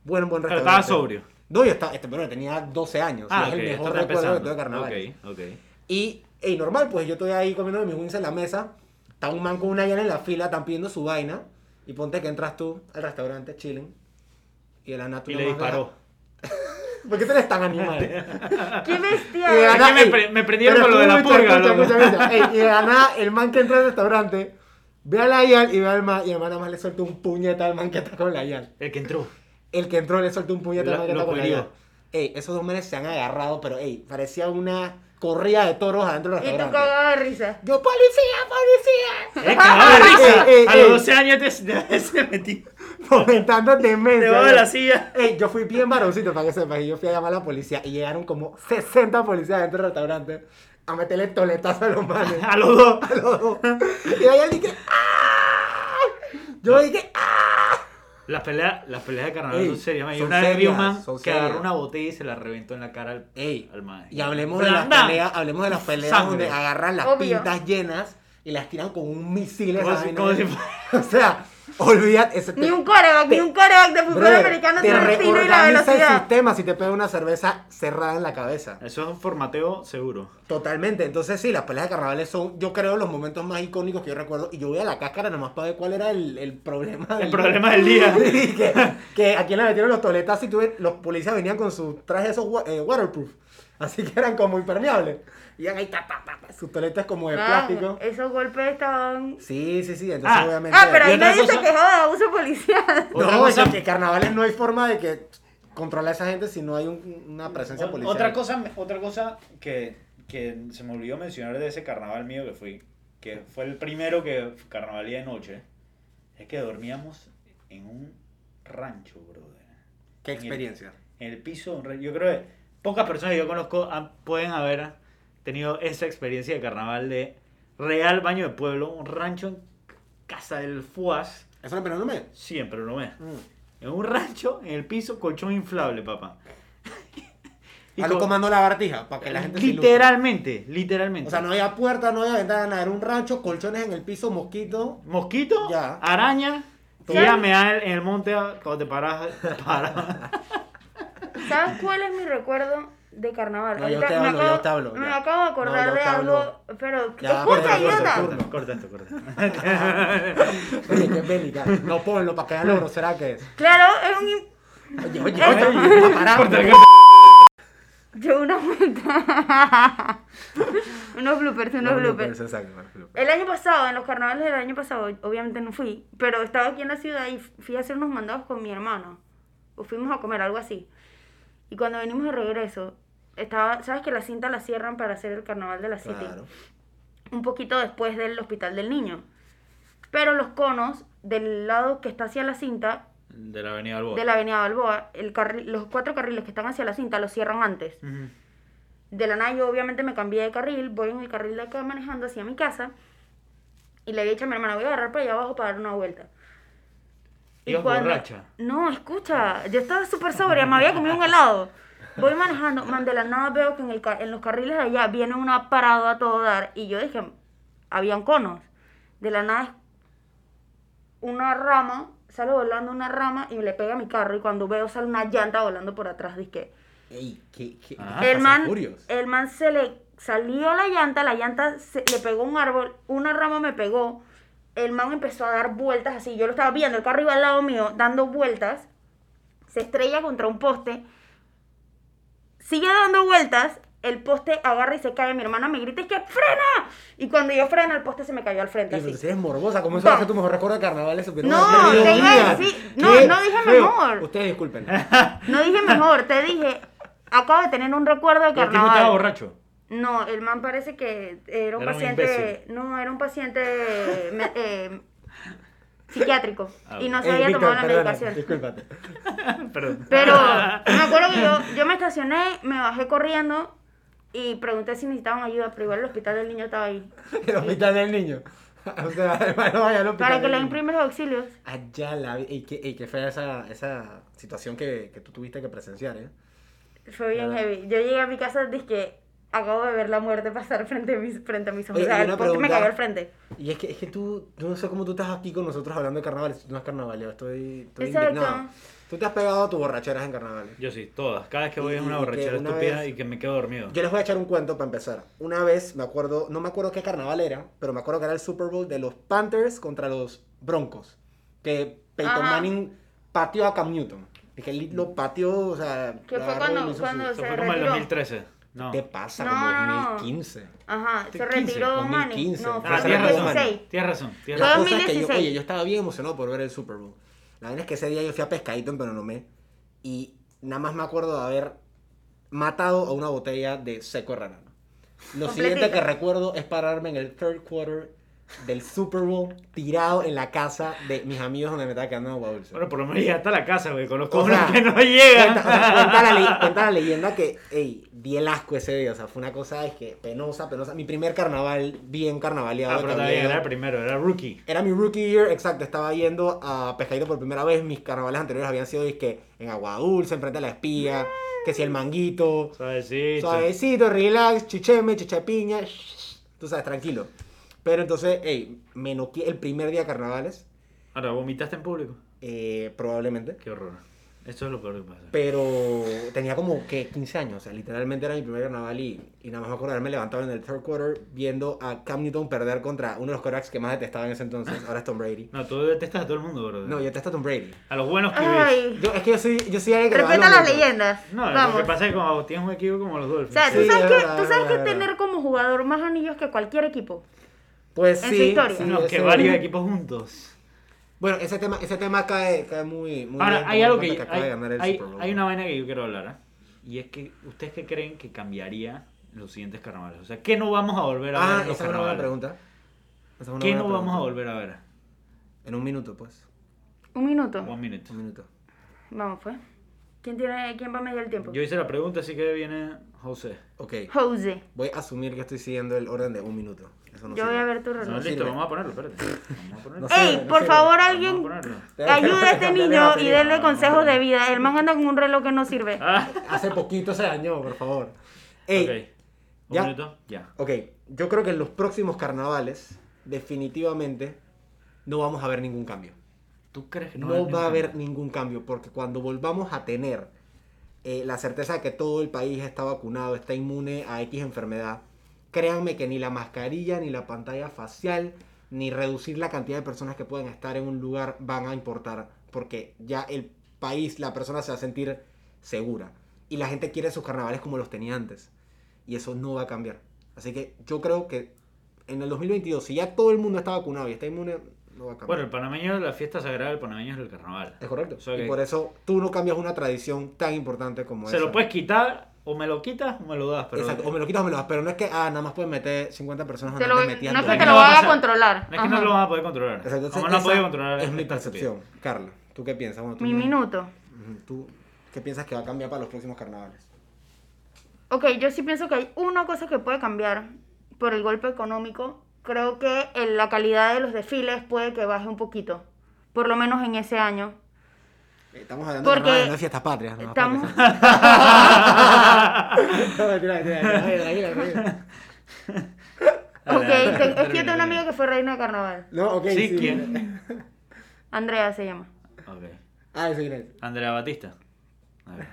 [SPEAKER 2] Buen, buen
[SPEAKER 3] Pero
[SPEAKER 2] restaurante.
[SPEAKER 3] estaba sobrio. Ah,
[SPEAKER 2] No, yo estaba, este, pero tenía 12 años. y es
[SPEAKER 3] ok,
[SPEAKER 2] el mejor
[SPEAKER 3] esto está
[SPEAKER 2] recuerdo que
[SPEAKER 3] empezando.
[SPEAKER 2] tuve de carnaval.
[SPEAKER 3] Ok, ok.
[SPEAKER 2] Y, ey, normal, pues yo estoy ahí comiéndome mis wings en la mesa. Está un man con una llana en la fila, están pidiendo su vaina. Y ponte que entras tú al restaurante, chilling. Y de la nata
[SPEAKER 3] Y
[SPEAKER 2] una
[SPEAKER 3] le
[SPEAKER 2] más
[SPEAKER 3] disparó.
[SPEAKER 2] vieja- ¿Por qué tú eres tan animal?
[SPEAKER 1] ¡Qué bestia!
[SPEAKER 2] Y de la
[SPEAKER 3] Es
[SPEAKER 2] nada,
[SPEAKER 3] que me
[SPEAKER 2] ey,
[SPEAKER 3] pre- me prendieron
[SPEAKER 2] pero
[SPEAKER 3] con lo de la
[SPEAKER 2] escucha,
[SPEAKER 3] purga,
[SPEAKER 2] escucha,
[SPEAKER 3] loco.
[SPEAKER 2] escucha, escucha. Ey, y de la nada, el man que entra al restaurante ve a la Ial y ve al man. Y el man nada más le suelta un puñeta al man que está con la Ial.
[SPEAKER 3] El que entró.
[SPEAKER 2] El que entró le suelta un puñeta al
[SPEAKER 3] La-
[SPEAKER 2] man que está
[SPEAKER 3] lo
[SPEAKER 2] con la
[SPEAKER 3] cuerió.
[SPEAKER 2] Ial. Ey, esos dos manes se han agarrado, pero ey, parecía una corrida de toros adentro del
[SPEAKER 1] Y tú
[SPEAKER 2] restaurante.
[SPEAKER 1] cagado de risa.
[SPEAKER 2] Yo, policía,
[SPEAKER 3] Eh, cagado de risa.
[SPEAKER 2] Eh, eh,
[SPEAKER 3] a
[SPEAKER 2] eh.
[SPEAKER 3] los 12 años te, te- se metí
[SPEAKER 2] policía. Fomentando demencia.
[SPEAKER 3] debajo de
[SPEAKER 2] yo.
[SPEAKER 3] la silla.
[SPEAKER 2] Ey, yo fui bien varoncito para que sepas. Y yo fui a llamar a la policía y llegaron como 60 policías dentro del restaurante a meterle toletazo a los manes.
[SPEAKER 3] A los dos.
[SPEAKER 2] Aló. Y ahí él dije, ¡ah! Yo dije, ¡ah!
[SPEAKER 3] Las peleas, las peleas de carnaval
[SPEAKER 2] Ey,
[SPEAKER 3] son serias. man. Yo
[SPEAKER 2] son
[SPEAKER 3] una vez vi un
[SPEAKER 2] serias,
[SPEAKER 3] man
[SPEAKER 2] son
[SPEAKER 3] que agarró
[SPEAKER 2] serias.
[SPEAKER 3] una botella y se la reventó en la cara al,
[SPEAKER 2] Ey,
[SPEAKER 3] al man.
[SPEAKER 2] y hablemos de las
[SPEAKER 3] Blanda.
[SPEAKER 2] peleas, hablemos de las peleas
[SPEAKER 3] Sangre.
[SPEAKER 2] donde agarran las
[SPEAKER 1] Obvio.
[SPEAKER 2] pintas llenas y las tiran con un misil. esa
[SPEAKER 3] Como si-
[SPEAKER 2] vaina.
[SPEAKER 3] como
[SPEAKER 2] o
[SPEAKER 3] si
[SPEAKER 2] sea, Olvídate. Ese
[SPEAKER 1] Ni un coreback, ni un coreback de fútbol
[SPEAKER 2] Brother,
[SPEAKER 1] americano
[SPEAKER 2] te
[SPEAKER 1] tiene el tiro y la
[SPEAKER 2] reorganiza el
[SPEAKER 1] velocidad.
[SPEAKER 2] sistema si te pega una cerveza cerrada en la cabeza.
[SPEAKER 3] Eso es un formateo seguro.
[SPEAKER 2] Totalmente. Entonces, sí, las peleas de carnavales son, yo creo, los momentos más icónicos que yo recuerdo. Y yo voy a la cáscara nomás para ver cuál era el, el problema.
[SPEAKER 3] El
[SPEAKER 2] del-
[SPEAKER 3] problema del día.
[SPEAKER 2] Sí, que, que aquí en la metieron los toletazos y tuve, los policías venían con sus trajes esos wa- eh, waterproof. Así que eran como impermeables. Y ahí, ta, ta, ta, ta, sus toletas como de
[SPEAKER 1] Ah,
[SPEAKER 2] plástico.
[SPEAKER 1] esos golpes estaban.
[SPEAKER 2] Sí, sí, sí. Entonces,
[SPEAKER 3] Ah.
[SPEAKER 2] obviamente.
[SPEAKER 1] Ah, pero
[SPEAKER 3] Y
[SPEAKER 1] ahí
[SPEAKER 3] otra
[SPEAKER 1] nadie se
[SPEAKER 3] cosa-
[SPEAKER 1] quejaba de abuso policial.
[SPEAKER 3] Otra
[SPEAKER 2] No, es
[SPEAKER 3] cosa-
[SPEAKER 2] que carnavales no hay forma de que controla a esa gente si no hay un- una presencia
[SPEAKER 3] O-
[SPEAKER 2] policial.
[SPEAKER 3] Otra cosa, otra cosa que, que se me olvidó mencionar de ese carnaval mío que fui, que fue el primero que carnavalía de noche, es que dormíamos en un rancho, brother.
[SPEAKER 2] Qué experiencia.
[SPEAKER 3] En el piso de un rancho. Yo creo que pocas personas que yo conozco han- pueden haber tenido esa experiencia de carnaval de real baño de pueblo, un rancho en casa del Fuas,
[SPEAKER 2] Eso no, pero no me.
[SPEAKER 3] siempre lo ves.
[SPEAKER 2] Mm.
[SPEAKER 3] En un rancho, en el piso, colchón inflable, papá. Y
[SPEAKER 2] A lo
[SPEAKER 3] con-
[SPEAKER 2] comando la lagartija, para que la gente se ilustre.
[SPEAKER 3] literalmente, literalmente.
[SPEAKER 2] O sea, no había puerta, no había ventana, era un rancho, colchones en el piso, mosquito.
[SPEAKER 3] Mosquito,
[SPEAKER 2] Ya.
[SPEAKER 3] araña, y
[SPEAKER 1] Ya.
[SPEAKER 3] ya me da en el monte cuando te paras. para.
[SPEAKER 1] ¿Sabes cuál es mi recuerdo de carnaval?
[SPEAKER 2] No, yo
[SPEAKER 1] Ahorita
[SPEAKER 2] te
[SPEAKER 1] me
[SPEAKER 2] hablo,
[SPEAKER 1] acabo,
[SPEAKER 2] yo te hablo,
[SPEAKER 1] Me
[SPEAKER 2] ya.
[SPEAKER 1] acabo de acordar
[SPEAKER 2] No, yo
[SPEAKER 1] de
[SPEAKER 2] te hablo.
[SPEAKER 1] algo. Pero.
[SPEAKER 2] Ya,
[SPEAKER 1] ¡Escucha,
[SPEAKER 2] corta, corta,
[SPEAKER 1] idiota!
[SPEAKER 2] corta.
[SPEAKER 3] corta esto, corta.
[SPEAKER 2] Oye, qué bélica. No ponlo para que vean lo grosera que es.
[SPEAKER 1] Claro, es un. im-
[SPEAKER 2] Oye, oye,
[SPEAKER 1] Corta.
[SPEAKER 2] oye, para,
[SPEAKER 1] Yo una vuelta. unos bloopers, unos bloopers. El año pasado, en los carnavales del año pasado, obviamente no fui, pero estaba aquí en la ciudad y fui a hacer unos mandados con mi hermano. O fuimos a comer, algo así. Y cuando venimos de regreso, estaba, ¿sabes que la cinta la cierran para hacer el carnaval de la City?
[SPEAKER 2] Claro.
[SPEAKER 1] Un poquito después del hospital del niño. Pero los conos del lado que está hacia la cinta,
[SPEAKER 3] De la avenida del
[SPEAKER 1] de la avenida Balboa, el carril- los cuatro carriles que están hacia la cinta los cierran antes. De la nada yo obviamente me cambié de carril, voy en el carril de acá manejando hacia mi casa y le había dicho a mi hermana, voy a agarrar para allá abajo para dar una vuelta.
[SPEAKER 3] Ibas borracha.
[SPEAKER 1] No, escucha, yo estaba súper sobria, me había comido un helado. Voy manejando, man, de la nada veo que en, el ca- en los carriles de allá viene una parada a todo dar y yo dije, habían conos. De la nada una rama, sale volando una rama y le pega a mi carro y cuando veo sale una llanta volando por atrás, dije...
[SPEAKER 2] Ey, qué, qué,
[SPEAKER 3] Ah,
[SPEAKER 2] qué
[SPEAKER 1] el, man, eh,
[SPEAKER 2] furios.
[SPEAKER 1] el man se le salió la llanta, la llanta se- le pegó un árbol, una rama me pegó. El man empezó a dar vueltas así. Yo lo estaba viendo, el carro iba al lado mío, dando vueltas. Se estrella contra un poste. Sigue dando vueltas. El poste agarra y se cae. Mi hermana me grita, es que frena. Y cuando yo freno, el poste se me cayó al frente.
[SPEAKER 2] Ey, pero
[SPEAKER 1] Así.
[SPEAKER 2] si eres morbosa, ¿cómo eso va a ser tu mejor recuerdo de carnavales?
[SPEAKER 1] No,
[SPEAKER 2] Dios
[SPEAKER 1] te iba a
[SPEAKER 2] mío.
[SPEAKER 1] decir- no,
[SPEAKER 2] Qué
[SPEAKER 1] no dije
[SPEAKER 2] feo.
[SPEAKER 1] mejor.
[SPEAKER 2] Ustedes disculpen.
[SPEAKER 1] No dije mejor, te dije, acabo de tener un recuerdo de
[SPEAKER 3] El tipo estaba
[SPEAKER 1] carnaval.
[SPEAKER 3] borracho.
[SPEAKER 1] No, el man parece que era un
[SPEAKER 3] Era un
[SPEAKER 1] paciente.
[SPEAKER 3] imbécil.
[SPEAKER 1] no, era un paciente me- eh, psiquiátrico.
[SPEAKER 3] Ah,
[SPEAKER 1] y no se
[SPEAKER 2] Ey,
[SPEAKER 1] había
[SPEAKER 2] Eh, Víctor,
[SPEAKER 1] tomado la
[SPEAKER 2] perdona,
[SPEAKER 1] medicación.
[SPEAKER 2] Discúlpate.
[SPEAKER 3] Perdón.
[SPEAKER 1] Pero me acuerdo que yo, yo me estacioné, me bajé corriendo y pregunté si necesitaban ayuda. Pero igual el hospital del niño estaba ahí.
[SPEAKER 2] El hospital del niño. O sea, hermano, vaya al hospital.
[SPEAKER 1] Para que
[SPEAKER 2] del
[SPEAKER 1] le
[SPEAKER 2] niño.
[SPEAKER 1] imprimen los auxilios.
[SPEAKER 2] Allá la vi. Y qué, ey, qué fea esa, esa situación que, que tú tuviste que presenciar, ¿eh?
[SPEAKER 1] Fue bien
[SPEAKER 2] Claro.
[SPEAKER 1] heavy. Yo llegué a mi casa y dije, acabo de ver la muerte pasar frente a mis, frente a mis ojos.
[SPEAKER 2] Oye,
[SPEAKER 1] O sea,
[SPEAKER 2] y
[SPEAKER 1] el
[SPEAKER 2] una
[SPEAKER 1] poste me
[SPEAKER 2] pregunta.
[SPEAKER 1] cayó al frente.
[SPEAKER 2] Y es que, es que tú, tú no sé cómo tú estás aquí con nosotros hablando de carnavales. Tú no has carnavaleo, estoy, estoy
[SPEAKER 1] Exacto.
[SPEAKER 2] indignado. Tú te has pegado a tus borracheras en carnavales.
[SPEAKER 3] Yo sí, todas. Cada vez que voy es
[SPEAKER 2] Y
[SPEAKER 3] una
[SPEAKER 2] que
[SPEAKER 3] borrachera
[SPEAKER 2] una
[SPEAKER 3] estúpida
[SPEAKER 2] vez-
[SPEAKER 3] y que me quedo dormido.
[SPEAKER 2] Yo les voy a echar un cuento para empezar. Una vez, me acuerdo, no me acuerdo qué carnaval era, pero me acuerdo que era el Super Bowl de los Panthers contra los Broncos. Que Peyton
[SPEAKER 1] Ajá.
[SPEAKER 2] Manning pateó a Cam Newton. Y que él lo pateó, o sea...
[SPEAKER 1] Que fue
[SPEAKER 2] agarró y
[SPEAKER 1] cuando-
[SPEAKER 2] le hizo
[SPEAKER 1] cuando
[SPEAKER 2] su-
[SPEAKER 3] Eso
[SPEAKER 1] se
[SPEAKER 3] fue como en el
[SPEAKER 1] retiró.
[SPEAKER 3] 2013. No.
[SPEAKER 2] ¿Qué pasa?
[SPEAKER 1] No,
[SPEAKER 2] Como
[SPEAKER 1] no, no.
[SPEAKER 2] 2015.
[SPEAKER 1] Ajá,
[SPEAKER 2] Este
[SPEAKER 1] se
[SPEAKER 3] 2015,
[SPEAKER 1] retiró Manny.
[SPEAKER 2] 2015.
[SPEAKER 1] No, fue
[SPEAKER 3] Ah,
[SPEAKER 2] Pues
[SPEAKER 1] en
[SPEAKER 3] tienes
[SPEAKER 2] era
[SPEAKER 3] razón.
[SPEAKER 1] 2016.
[SPEAKER 3] Tienes razón. Tienes
[SPEAKER 1] Fue
[SPEAKER 2] La
[SPEAKER 3] razón.
[SPEAKER 2] cosa es que yo,
[SPEAKER 1] 2016.
[SPEAKER 2] oye, yo estaba bien emocionado por ver el Super Bowl. La verdad es que ese día yo fui a pescadito en Penonomé y nada más me acuerdo de haber matado a una botella de seco de ranano. Lo
[SPEAKER 1] Completita.
[SPEAKER 2] siguiente que recuerdo es pararme en el third quarter del Super Bowl tirado en la casa de mis amigos donde me estaba quedando agua dulce.
[SPEAKER 3] Bueno, por lo menos llegaste a la casa, güey, con los
[SPEAKER 2] O
[SPEAKER 3] cobros
[SPEAKER 2] sea,
[SPEAKER 3] que no
[SPEAKER 2] Cuenta, o sea, cuenta la,
[SPEAKER 3] llegan.
[SPEAKER 2] le- cuenta la leyenda que, ey, di el asco ese día. O sea, fue una cosa es que penosa, penosa. Mi primer carnaval, bien carnavaleado.
[SPEAKER 3] Ah,
[SPEAKER 2] de
[SPEAKER 3] pero está
[SPEAKER 2] cableado.
[SPEAKER 3] bien, era el primero, era rookie.
[SPEAKER 2] Era mi rookie year, exacto. Estaba yendo a Pescadito por primera vez. Mis carnavales anteriores habían sido disque en Agua Dulce, enfrente a la espía, que si el manguito.
[SPEAKER 3] Suavecito.
[SPEAKER 2] Suavecito, relax, chicheme, chicha de piña. shh, Tú sabes, tranquilo. Pero entonces, ey, me noqué el primer día de carnavales.
[SPEAKER 3] Ahora, ¿vomitaste en público?
[SPEAKER 2] Eh, probablemente.
[SPEAKER 3] Qué horror. Esto es lo peor que pasa.
[SPEAKER 2] Pero tenía como que 15 años, o sea, literalmente era mi primer carnaval y, y nada más me acuerdo de haberme levantado en el third quarter viendo a Cam Newton perder contra uno de los quarterbacks que más detestaba en ese entonces, ahora es Tom Brady.
[SPEAKER 3] No, tú detestas a todo el mundo, bro.
[SPEAKER 2] No, yo detesto a Tom Brady.
[SPEAKER 3] A los buenos pibes.
[SPEAKER 1] Ay,
[SPEAKER 2] Yo, es que yo soy, yo soy alguien que le va a
[SPEAKER 1] respeta
[SPEAKER 2] lo
[SPEAKER 1] las
[SPEAKER 2] loco.
[SPEAKER 1] leyendas.
[SPEAKER 3] No,
[SPEAKER 1] Vamos.
[SPEAKER 3] lo que pasa es que cuando tienes un equipo como los
[SPEAKER 1] O
[SPEAKER 3] Dolphins.
[SPEAKER 1] sea,
[SPEAKER 2] Sí,
[SPEAKER 1] tú sabes
[SPEAKER 2] es
[SPEAKER 1] que,
[SPEAKER 2] verdad,
[SPEAKER 1] tú
[SPEAKER 2] es
[SPEAKER 1] sabes que
[SPEAKER 2] verdad.
[SPEAKER 1] tener como jugador más anillos que cualquier equipo.
[SPEAKER 2] Pues
[SPEAKER 1] en
[SPEAKER 2] sí,
[SPEAKER 1] su historia.
[SPEAKER 2] sí,
[SPEAKER 1] No,
[SPEAKER 3] no,
[SPEAKER 2] ese-
[SPEAKER 3] que varios equipos juntos.
[SPEAKER 2] Bueno, ese tema, ese tema cae, cae muy, muy
[SPEAKER 3] Ahora,
[SPEAKER 2] bien,
[SPEAKER 3] hay
[SPEAKER 2] tomando
[SPEAKER 3] algo
[SPEAKER 2] en
[SPEAKER 3] que.
[SPEAKER 2] cuenta acaba
[SPEAKER 3] hay,
[SPEAKER 2] de ganar el
[SPEAKER 3] hay-
[SPEAKER 2] Super Bowl.
[SPEAKER 3] hay una vaina que yo quiero hablar. ¿ah? Y es que, ¿ustedes qué creen que cambiaría en los siguientes carnavales? O sea, ¿qué no vamos a volver a ver
[SPEAKER 2] Ah,
[SPEAKER 3] en
[SPEAKER 2] esa
[SPEAKER 3] los
[SPEAKER 2] es una buena
[SPEAKER 3] carnavales?
[SPEAKER 2] pregunta. Esa es una
[SPEAKER 3] ¿Qué
[SPEAKER 2] buena
[SPEAKER 3] no vamos
[SPEAKER 2] pregunta.
[SPEAKER 3] a volver a ver?
[SPEAKER 2] En un minuto, pues.
[SPEAKER 1] Un minuto.
[SPEAKER 3] One minute.
[SPEAKER 2] Un minuto.
[SPEAKER 1] Vamos, pues. ¿Quién, tiene, ¿Quién va a medir el tiempo?
[SPEAKER 3] Yo hice la pregunta, así que viene José.
[SPEAKER 2] Ok.
[SPEAKER 1] Jose.
[SPEAKER 2] Voy a asumir que estoy siguiendo el orden de un minuto. Eso no
[SPEAKER 1] Yo voy
[SPEAKER 2] sirve.
[SPEAKER 1] a ver tu
[SPEAKER 3] No,
[SPEAKER 1] reloj.
[SPEAKER 3] listo,
[SPEAKER 2] sirve.
[SPEAKER 3] vamos a ponerlo, espérate. Vamos a ponerlo.
[SPEAKER 2] No sé,
[SPEAKER 1] ¡Ey!
[SPEAKER 2] no
[SPEAKER 1] por
[SPEAKER 2] sirve.
[SPEAKER 1] favor,
[SPEAKER 3] Vamos a
[SPEAKER 1] alguien
[SPEAKER 3] ponerlo.
[SPEAKER 1] ayude a este
[SPEAKER 2] Cambiarle la
[SPEAKER 1] niño y
[SPEAKER 2] batería.
[SPEAKER 1] denle consejos de vida. El man anda con un reloj que no sirve.
[SPEAKER 3] Ah,
[SPEAKER 2] Hace poquito se dañó, por favor. Ey,
[SPEAKER 3] ok. Un
[SPEAKER 2] ya.
[SPEAKER 3] minuto, ya.
[SPEAKER 2] Ok, yo creo que en los próximos carnavales, definitivamente, no vamos a ver ningún cambio.
[SPEAKER 3] ¿Tú crees que
[SPEAKER 2] No,
[SPEAKER 3] no, va a haber ningún
[SPEAKER 2] haber
[SPEAKER 3] cambio?
[SPEAKER 2] ningún cambio, porque cuando volvamos a tener eh, la certeza de que todo el país está vacunado, está inmune a X enfermedad, créanme que ni la mascarilla, ni la pantalla facial, ni reducir la cantidad de personas que pueden estar en un lugar van a importar, porque ya el país, la persona se va a sentir segura. Y la gente quiere sus carnavales como los tenía antes. Y eso no va a cambiar. Así que yo creo que en el 2022, si ya todo el mundo está vacunado y está inmune, no va a cambiar.
[SPEAKER 3] Bueno, el panameño es la fiesta sagrada, el panameño es el carnaval.
[SPEAKER 2] Es correcto.
[SPEAKER 3] O sea que
[SPEAKER 2] Y por eso tú no cambias una tradición tan importante como
[SPEAKER 3] se
[SPEAKER 2] esa.
[SPEAKER 3] lo puedes quitar, o me lo quitas o me lo das. Pero
[SPEAKER 2] Exacto. O me lo quitas o me lo das. Pero no es que, ah, nada más puedes meter 50 personas
[SPEAKER 1] Te
[SPEAKER 2] andan
[SPEAKER 1] lo-
[SPEAKER 2] metiendo.
[SPEAKER 1] no es que
[SPEAKER 3] ahí.
[SPEAKER 1] te
[SPEAKER 3] No
[SPEAKER 1] lo
[SPEAKER 3] va a
[SPEAKER 1] van a
[SPEAKER 3] pasar.
[SPEAKER 1] controlar.
[SPEAKER 3] No es que no
[SPEAKER 1] Ajá.
[SPEAKER 3] lo van a poder controlar.
[SPEAKER 2] Exacto, entonces
[SPEAKER 3] Como no
[SPEAKER 2] esa
[SPEAKER 3] puede controlar.
[SPEAKER 2] Es mi
[SPEAKER 3] esta
[SPEAKER 2] percepción. Carla, ¿tú qué piensas? Bueno, tú
[SPEAKER 1] Mi
[SPEAKER 2] tienes-
[SPEAKER 1] minuto.
[SPEAKER 2] Ujú, ¿Tú qué piensas que va a cambiar para los próximos carnavales?
[SPEAKER 1] Ok, yo sí pienso que hay una cosa que puede cambiar por el golpe económico. Creo que en la calidad de los desfiles puede que baje un poquito, por lo menos en ese año.
[SPEAKER 2] Eh, Estamos hablando de
[SPEAKER 1] Porque
[SPEAKER 2] carnavales, no de fiestas patrias. No,
[SPEAKER 1] Estamos...
[SPEAKER 2] No, mentira, mentira, mentira, tranquila, tranquila.
[SPEAKER 1] Ok,
[SPEAKER 3] Dale, dale,
[SPEAKER 1] te- es que yo
[SPEAKER 3] termina,
[SPEAKER 1] tengo una amiga
[SPEAKER 3] termina.
[SPEAKER 1] que fue reina de carnaval.
[SPEAKER 2] No, ok.
[SPEAKER 3] Sí, ¿quién?
[SPEAKER 1] Andrea se llama.
[SPEAKER 3] percepción.
[SPEAKER 2] Ah, eso quién
[SPEAKER 3] Ok. Andrea Batista. A ver.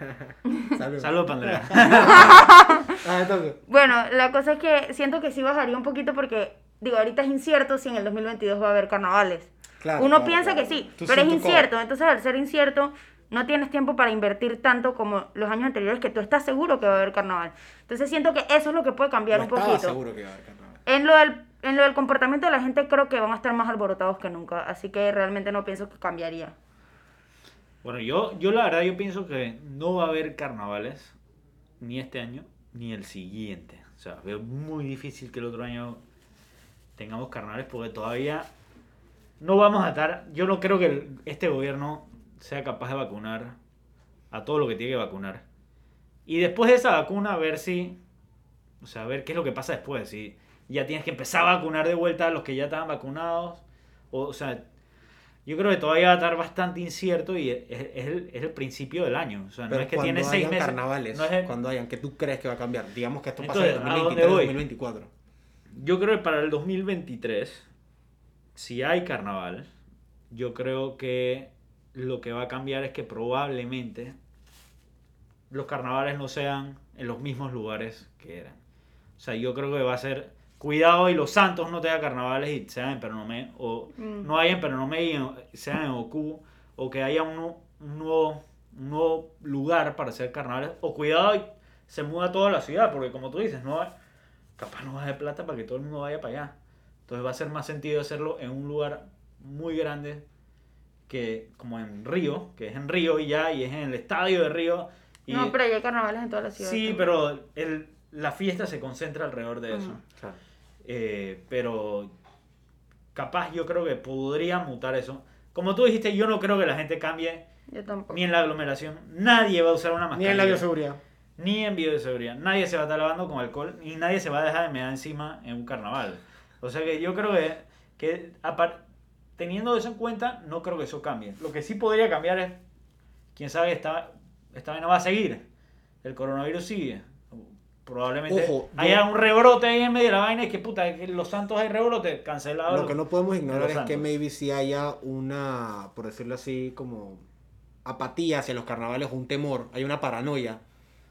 [SPEAKER 2] es. Salud.
[SPEAKER 3] Salud, pa' Andrea.
[SPEAKER 2] Ah, entonces.
[SPEAKER 1] Bueno, la cosa es que siento que sí bajaría un poquito porque, digo, ahorita es incierto si en el 2022va a haber carnavales.
[SPEAKER 2] Claro,
[SPEAKER 1] Uno
[SPEAKER 2] claro,
[SPEAKER 1] piensa
[SPEAKER 2] claro.
[SPEAKER 1] que sí,
[SPEAKER 2] Tú
[SPEAKER 1] pero es
[SPEAKER 2] sin tu cover.
[SPEAKER 1] incierto. Entonces, al ser incierto, no tienes tiempo para invertir tanto como los años anteriores que tú estás seguro que va a haber carnaval. Entonces, siento que eso es lo que puede cambiar
[SPEAKER 2] No
[SPEAKER 1] un
[SPEAKER 2] estaba
[SPEAKER 1] poquito.
[SPEAKER 2] seguro que iba a haber carnavales.
[SPEAKER 1] En lo, del, en lo del comportamiento de la gente, creo que van a estar más alborotados que nunca. Así que realmente no pienso que cambiaría.
[SPEAKER 3] Bueno, yo, yo la verdad, yo pienso que no va a haber carnavales, ni este año, ni el siguiente. O sea, veo muy difícil que el otro año tengamos carnavales porque todavía no vamos a estar. Yo no creo que el- este gobierno sea capaz de vacunar a todo lo que tiene que vacunar. Y después de esa vacuna, a ver si. O sea, a ver qué es lo que pasa después. Si ya tienes que empezar a vacunar de vuelta a los que ya estaban vacunados. O, o sea, yo creo que todavía va a estar bastante incierto y es, es el, es el principio del año. O sea,
[SPEAKER 2] Pero
[SPEAKER 3] no es que
[SPEAKER 2] cuando
[SPEAKER 3] tiene
[SPEAKER 2] hayan
[SPEAKER 3] seis meses.
[SPEAKER 2] carnavales,
[SPEAKER 3] no es el-
[SPEAKER 2] cuando hayan, que tú crees que va a cambiar? Digamos que esto pasa
[SPEAKER 3] Entonces,
[SPEAKER 2] en
[SPEAKER 3] ¿a dónde
[SPEAKER 2] 2023,
[SPEAKER 3] voy?
[SPEAKER 2] 2024.
[SPEAKER 3] Yo creo que para el 2023, si hay carnaval, yo creo que lo que va a cambiar es que probablemente los carnavales no sean en los mismos lugares que eran. O sea, yo creo que va a ser cuidado y los Santos no tengan carnavales y sean en Pernamé, o
[SPEAKER 1] Mm.
[SPEAKER 3] no haya en Pernamé y en- sean en Ocu, o que haya un, nu- un nuevo, un nuevo lugar para hacer carnavales, o cuidado y se muda toda la ciudad, porque como tú dices, no hay- capaz no va de plata para que todo el mundo vaya para allá. Entonces va a ser más sentido hacerlo en un lugar muy grande que como en Río, que es en Río y ya, y es en el estadio de Río. Y
[SPEAKER 1] No, pero ya hay carnavales en toda la ciudad.
[SPEAKER 3] Sí, pero el- la fiesta se concentra alrededor de eso.
[SPEAKER 1] Ajá.
[SPEAKER 3] Eh, pero capaz yo creo que podría mutar eso. Como tú dijiste, yo no creo que la gente cambie
[SPEAKER 1] Yo tampoco.
[SPEAKER 3] ni en la aglomeración. Nadie va a usar una
[SPEAKER 2] Ni
[SPEAKER 3] mascarilla.
[SPEAKER 2] en la bioseguridad.
[SPEAKER 3] ni en bioseguridad. Nadie se va a estar lavando con alcohol y nadie se va a dejar de mear encima en un carnaval. O sea que yo creo que, que apar- teniendo eso en cuenta, no creo que eso cambie. Lo que sí podría cambiar es, quién sabe, esta, esta vaina va a seguir. El coronavirus sigue. probablemente
[SPEAKER 2] Ojo,
[SPEAKER 3] haya
[SPEAKER 2] yo-
[SPEAKER 3] un rebrote ahí en medio de la vaina y que puta, que en Los Santos hay rebrote, cancelado.
[SPEAKER 2] Lo que no podemos ignorar
[SPEAKER 3] Los
[SPEAKER 2] es que
[SPEAKER 3] Santos.
[SPEAKER 2] maybe si haya una, por decirlo así, como apatía hacia los carnavales, un temor, hay una paranoia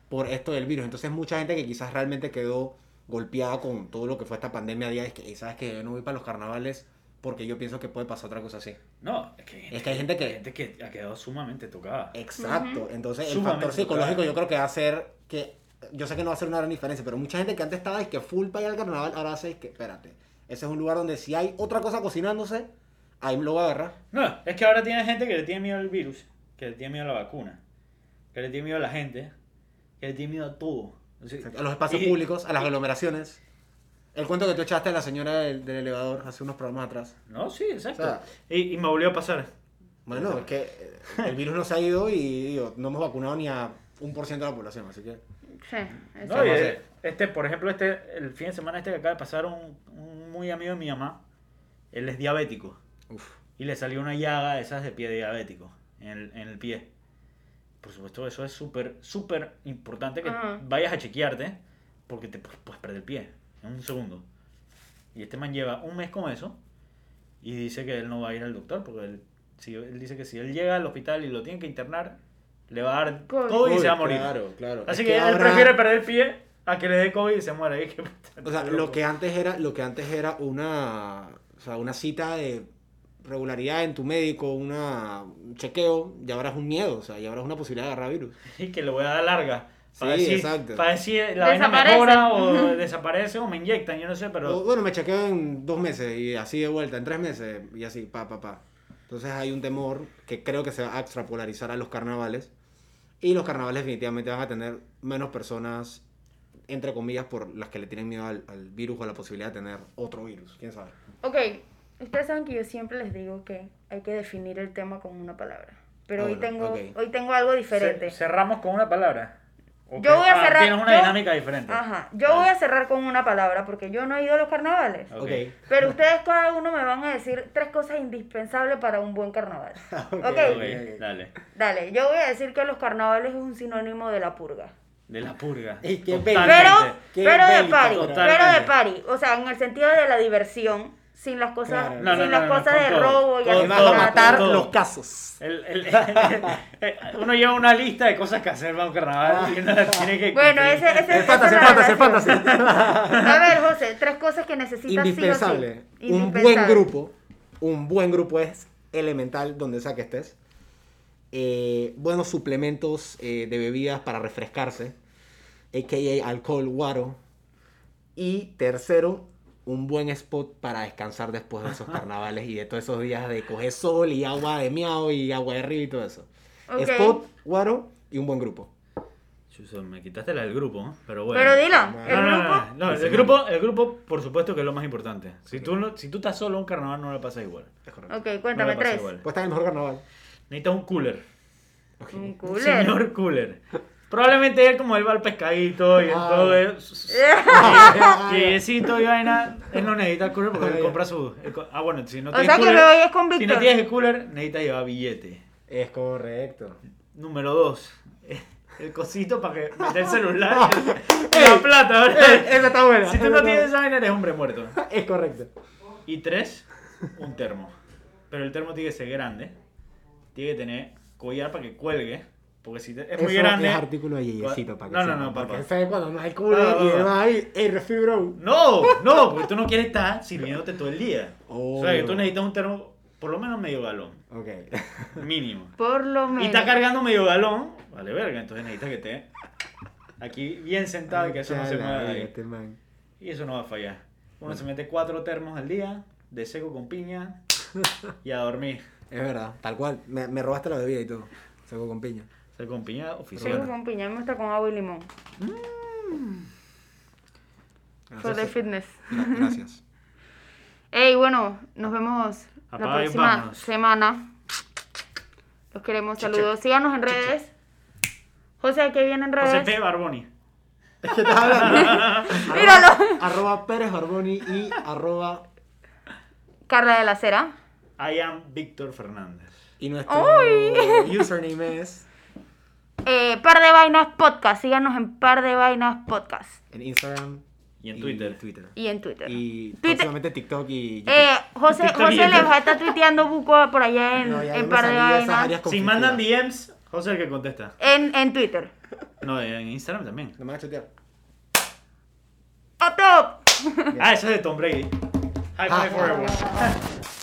[SPEAKER 2] por esto del virus. Entonces mucha gente que quizás realmente quedó golpeada con todo lo que fue esta pandemia día, es que "Ey, sabes que yo no voy para los carnavales porque yo pienso que puede pasar otra cosa así.
[SPEAKER 3] No, es que hay gente,
[SPEAKER 2] Es que hay gente que-
[SPEAKER 3] gente que ha quedado sumamente tocada.
[SPEAKER 2] Exacto. Entonces, el
[SPEAKER 3] Sumamente
[SPEAKER 2] factor psicológico
[SPEAKER 3] claro.
[SPEAKER 2] yo creo que va a ser que. Yo sé que no va a ser una gran diferencia, pero mucha gente que antes estaba es que full para ir al carnaval, ahora hace es que, espérate, ese es un lugar donde si hay otra cosa cocinándose, ahí lo va a agarrar.
[SPEAKER 3] No, es que ahora tiene gente que le tiene miedo al virus, que le tiene miedo a la vacuna, que le tiene miedo a la gente, que le tiene miedo a todo. O sea,
[SPEAKER 2] A los espacios
[SPEAKER 3] y-
[SPEAKER 2] públicos, a las aglomeraciones. El cuento que tú echaste a la señora del, del elevador hace unos programas atrás.
[SPEAKER 3] No, sí, exacto.
[SPEAKER 2] O sea-
[SPEAKER 3] y, y me volvió a pasar.
[SPEAKER 2] Bueno, es que eh, el virus no se ha ido y digo, no hemos vacunado ni a un por ciento de la población, así que.
[SPEAKER 1] Sí, eso.
[SPEAKER 3] No, y,
[SPEAKER 2] no sé.
[SPEAKER 3] este, por ejemplo, este, el fin de semana este que acaba de pasar, un, un muy amigo de mi mamá, él es diabético.
[SPEAKER 2] Uf.
[SPEAKER 3] Y le salió una llaga de esas de pie diabético en el, en el pie. Por supuesto, eso es súper, súper importante que
[SPEAKER 1] Ajá.
[SPEAKER 3] vayas a chequearte porque te pu- puedes perder el pie en un segundo. Y este man lleva un mes con eso y dice que él no va a ir al doctor porque él, si, él dice que si él llega al hospital y lo tiene que internar, le va a dar
[SPEAKER 1] COVID.
[SPEAKER 3] COVID y
[SPEAKER 2] Uy,
[SPEAKER 3] se va a morir.
[SPEAKER 2] Claro, claro.
[SPEAKER 3] Así
[SPEAKER 2] Es
[SPEAKER 3] que, él
[SPEAKER 2] ahora-
[SPEAKER 3] prefiere perder el pie a que le dé COVID y se muera. Y que-
[SPEAKER 2] O sea, lo que antes era, lo que antes era una, o sea, una cita de regularidad en tu médico, una, un chequeo, ya ahora es un miedo, o sea, ya ahora es una posibilidad de agarrar virus.
[SPEAKER 3] Y que le voy a dar larga. Para
[SPEAKER 2] Sí,
[SPEAKER 3] decir,
[SPEAKER 2] exacto.
[SPEAKER 3] Para decir la vaina
[SPEAKER 1] Desaparece.
[SPEAKER 3] mejora o desaparece o me inyectan, yo no sé,
[SPEAKER 2] O,
[SPEAKER 3] pero.
[SPEAKER 2] bueno, me chequeo en dos meses y así de vuelta, en tres meses y así, pa, pa, pa. Entonces hay un temor que creo que se va a extrapolarizar a los carnavales y los carnavales definitivamente van a tener menos personas, entre comillas, por las que le tienen miedo al, al virus o a la posibilidad de tener otro virus, quién sabe.
[SPEAKER 1] Ok, ustedes saben que yo siempre les digo que hay que definir el tema con una palabra. Pero
[SPEAKER 2] Ah,
[SPEAKER 1] hoy,
[SPEAKER 2] bueno,
[SPEAKER 1] tengo,
[SPEAKER 2] ok.
[SPEAKER 1] hoy tengo algo diferente.
[SPEAKER 3] Ce- cerramos con una palabra. ¿O
[SPEAKER 1] Yo
[SPEAKER 3] qué?
[SPEAKER 1] voy a
[SPEAKER 3] Ah,
[SPEAKER 1] cerrar-
[SPEAKER 3] Tienes una
[SPEAKER 1] yo-
[SPEAKER 3] dinámica diferente.
[SPEAKER 1] Ajá, yo voy a cerrar con una palabra porque yo no he ido a los carnavales.
[SPEAKER 3] Ok.
[SPEAKER 2] Ok.
[SPEAKER 1] Pero ustedes cada uno me van a decir tres cosas indispensables para un buen carnaval. Ok,
[SPEAKER 3] Ok, dale.
[SPEAKER 1] dale, yo voy a decir que los carnavales es un sinónimo de la purga.
[SPEAKER 3] De la purga.
[SPEAKER 2] Ey, qué
[SPEAKER 1] Pero,
[SPEAKER 3] Totalmente.
[SPEAKER 2] Qué
[SPEAKER 1] pero de
[SPEAKER 2] bélica,
[SPEAKER 1] party,
[SPEAKER 3] totalmente.
[SPEAKER 1] pero de party, o sea, en el sentido de la diversión, sin las cosas,
[SPEAKER 2] Claro.
[SPEAKER 3] No, no,
[SPEAKER 1] sin
[SPEAKER 3] no,
[SPEAKER 1] las
[SPEAKER 3] no,
[SPEAKER 1] cosas
[SPEAKER 3] con
[SPEAKER 1] de
[SPEAKER 3] todo,
[SPEAKER 1] robo y
[SPEAKER 3] con
[SPEAKER 2] Vas a
[SPEAKER 3] todo,
[SPEAKER 1] asesinato.
[SPEAKER 2] matar
[SPEAKER 3] todo.
[SPEAKER 2] los casos.
[SPEAKER 3] El- el- uno lleva una lista de cosas que hacer para un carnaval y uno las tiene que.
[SPEAKER 1] Bueno,
[SPEAKER 3] cumplir.
[SPEAKER 1] ese, ese esa es
[SPEAKER 2] Es fantasy,
[SPEAKER 1] la
[SPEAKER 2] fantasy,
[SPEAKER 1] relación.
[SPEAKER 2] fantasy.
[SPEAKER 1] A ver, José, tres cosas que necesitas sí o sí.
[SPEAKER 2] Indispensable. Un buen
[SPEAKER 1] Indispensable.
[SPEAKER 2] grupo. Un buen grupo es elemental donde sea que estés. Eh, buenos suplementos eh, de bebidas para refrescarse. AKA alcohol, guaro. Y tercero, un buen spot para descansar después de esos carnavales y de todos esos días de coger sol y agua de miau y agua de río y todo eso.
[SPEAKER 1] Ok.
[SPEAKER 2] Spot, guaro y un buen grupo.
[SPEAKER 3] Chuzo, me quitaste la del grupo, ¿eh? pero bueno.
[SPEAKER 1] Pero dilo,
[SPEAKER 2] No,
[SPEAKER 1] el
[SPEAKER 3] No, no,
[SPEAKER 1] grupo.
[SPEAKER 3] no, Ah, no, el grupo, el grupo, por supuesto que es lo más importante. Si tú, no- si tú estás solo, un carnaval no le pasa igual.
[SPEAKER 2] Es correcto.
[SPEAKER 1] Ok,
[SPEAKER 3] No
[SPEAKER 1] cuéntame
[SPEAKER 3] la pasé
[SPEAKER 1] tres.
[SPEAKER 3] igual.
[SPEAKER 2] Pues está en el mejor carnaval.
[SPEAKER 3] Necesitas un cooler.
[SPEAKER 1] Un
[SPEAKER 3] Un
[SPEAKER 1] cooler.
[SPEAKER 3] Señor cooler. Probablemente él como él va al pescadito y él
[SPEAKER 2] Ah.
[SPEAKER 3] todo es... Piecito y vaina, él no necesita el cooler porque
[SPEAKER 2] Ah,
[SPEAKER 3] él
[SPEAKER 2] ya.
[SPEAKER 3] compra su... él co- Ah, bueno, si no
[SPEAKER 1] O
[SPEAKER 3] tienes
[SPEAKER 1] sea que
[SPEAKER 3] cooler...
[SPEAKER 1] me voy es con
[SPEAKER 3] si
[SPEAKER 1] Víctor.
[SPEAKER 3] no tienes el cooler, necesitas llevar billete.
[SPEAKER 2] Es correcto.
[SPEAKER 3] Número dos, el cosito para que meter el celular y la plata,
[SPEAKER 2] Ah. Eh,
[SPEAKER 3] ¿verdad?
[SPEAKER 2] esa está buena.
[SPEAKER 3] Si tú
[SPEAKER 2] esa
[SPEAKER 3] no
[SPEAKER 2] está
[SPEAKER 3] tienes esa vaina, eres hombre muerto.
[SPEAKER 2] buena. Es correcto.
[SPEAKER 3] Y tres, un termo. Pero el termo tiene que ser grande. Tiene que tener collar para que cuelgue. Porque si te- es muy
[SPEAKER 2] Eso
[SPEAKER 3] grande.
[SPEAKER 2] Es artículo de yeyecito para que
[SPEAKER 3] No, no,
[SPEAKER 2] sepa,
[SPEAKER 3] no, papá.
[SPEAKER 2] Porque sabe cuando no hay culo
[SPEAKER 3] No, no,
[SPEAKER 2] y él
[SPEAKER 3] no.
[SPEAKER 2] va ahí, ey, refri bro.
[SPEAKER 3] No, no, porque tú no quieres estar sirviéndote todo el día. O sea, que
[SPEAKER 2] Obvio.
[SPEAKER 3] tú necesitas un termo, por lo menos medio galón,
[SPEAKER 2] Ok.
[SPEAKER 3] mínimo.
[SPEAKER 1] Por lo menos.
[SPEAKER 3] Y está cargando medio galón, vale verga, entonces necesitas que esté aquí bien sentado y que eso no se
[SPEAKER 2] Chala,
[SPEAKER 3] mueva de
[SPEAKER 2] ey,
[SPEAKER 3] ahí.
[SPEAKER 2] este man.
[SPEAKER 3] Y eso no va a fallar. Uno se mete cuatro termos al día, de seco con piña y a dormir.
[SPEAKER 2] Es verdad, tal cual. Me, me robaste la bebida y todo. Saco con piña.
[SPEAKER 3] Seco con piña
[SPEAKER 1] Yo
[SPEAKER 3] oficial.
[SPEAKER 1] no con piña, me gusta con agua y limón.
[SPEAKER 3] Ah,
[SPEAKER 1] Soy de
[SPEAKER 2] Gracias.
[SPEAKER 1] fitness.
[SPEAKER 2] Gra- Gracias.
[SPEAKER 1] Ey, bueno, nos vemos la
[SPEAKER 3] Apaga y
[SPEAKER 1] próxima
[SPEAKER 3] vámonos.
[SPEAKER 1] semana. Los queremos, saludos. Síganos en redes. José, ¿qué viene en
[SPEAKER 3] José
[SPEAKER 1] redes?
[SPEAKER 3] P. Barboni.
[SPEAKER 2] ¿Qué estás hablando?
[SPEAKER 1] Míralo.
[SPEAKER 2] Arroba, arroba Pérez Barboni y arroba.
[SPEAKER 1] Carla de la Cera.
[SPEAKER 3] I am Víctor Fernández.
[SPEAKER 2] Y nuestro username es.
[SPEAKER 1] eh, Par de Vainas Podcast. Síganos en Par de Vainas Podcast.
[SPEAKER 2] En Instagram.
[SPEAKER 3] Y en Twitter.
[SPEAKER 1] Y en Twitter.
[SPEAKER 2] Y
[SPEAKER 1] Twitter.
[SPEAKER 2] próximamente TikTok y YouTube.
[SPEAKER 1] Eh, José,
[SPEAKER 3] TikTok
[SPEAKER 1] José
[SPEAKER 3] y en-
[SPEAKER 1] les va a estar tuiteando buco por allá en,
[SPEAKER 2] No, ya yo
[SPEAKER 1] en
[SPEAKER 2] me
[SPEAKER 1] Par de
[SPEAKER 2] salí de esas
[SPEAKER 1] Vainas.
[SPEAKER 2] áreas
[SPEAKER 3] Si
[SPEAKER 2] conflictivas.
[SPEAKER 3] mandan DMs, José es el que contesta.
[SPEAKER 1] En, en Twitter.
[SPEAKER 3] No, en Instagram también.
[SPEAKER 2] No me vas a chutear.
[SPEAKER 1] ¡A top!
[SPEAKER 3] Ah, eso es de Tom Brady. High
[SPEAKER 2] Ah.
[SPEAKER 3] five for everyone.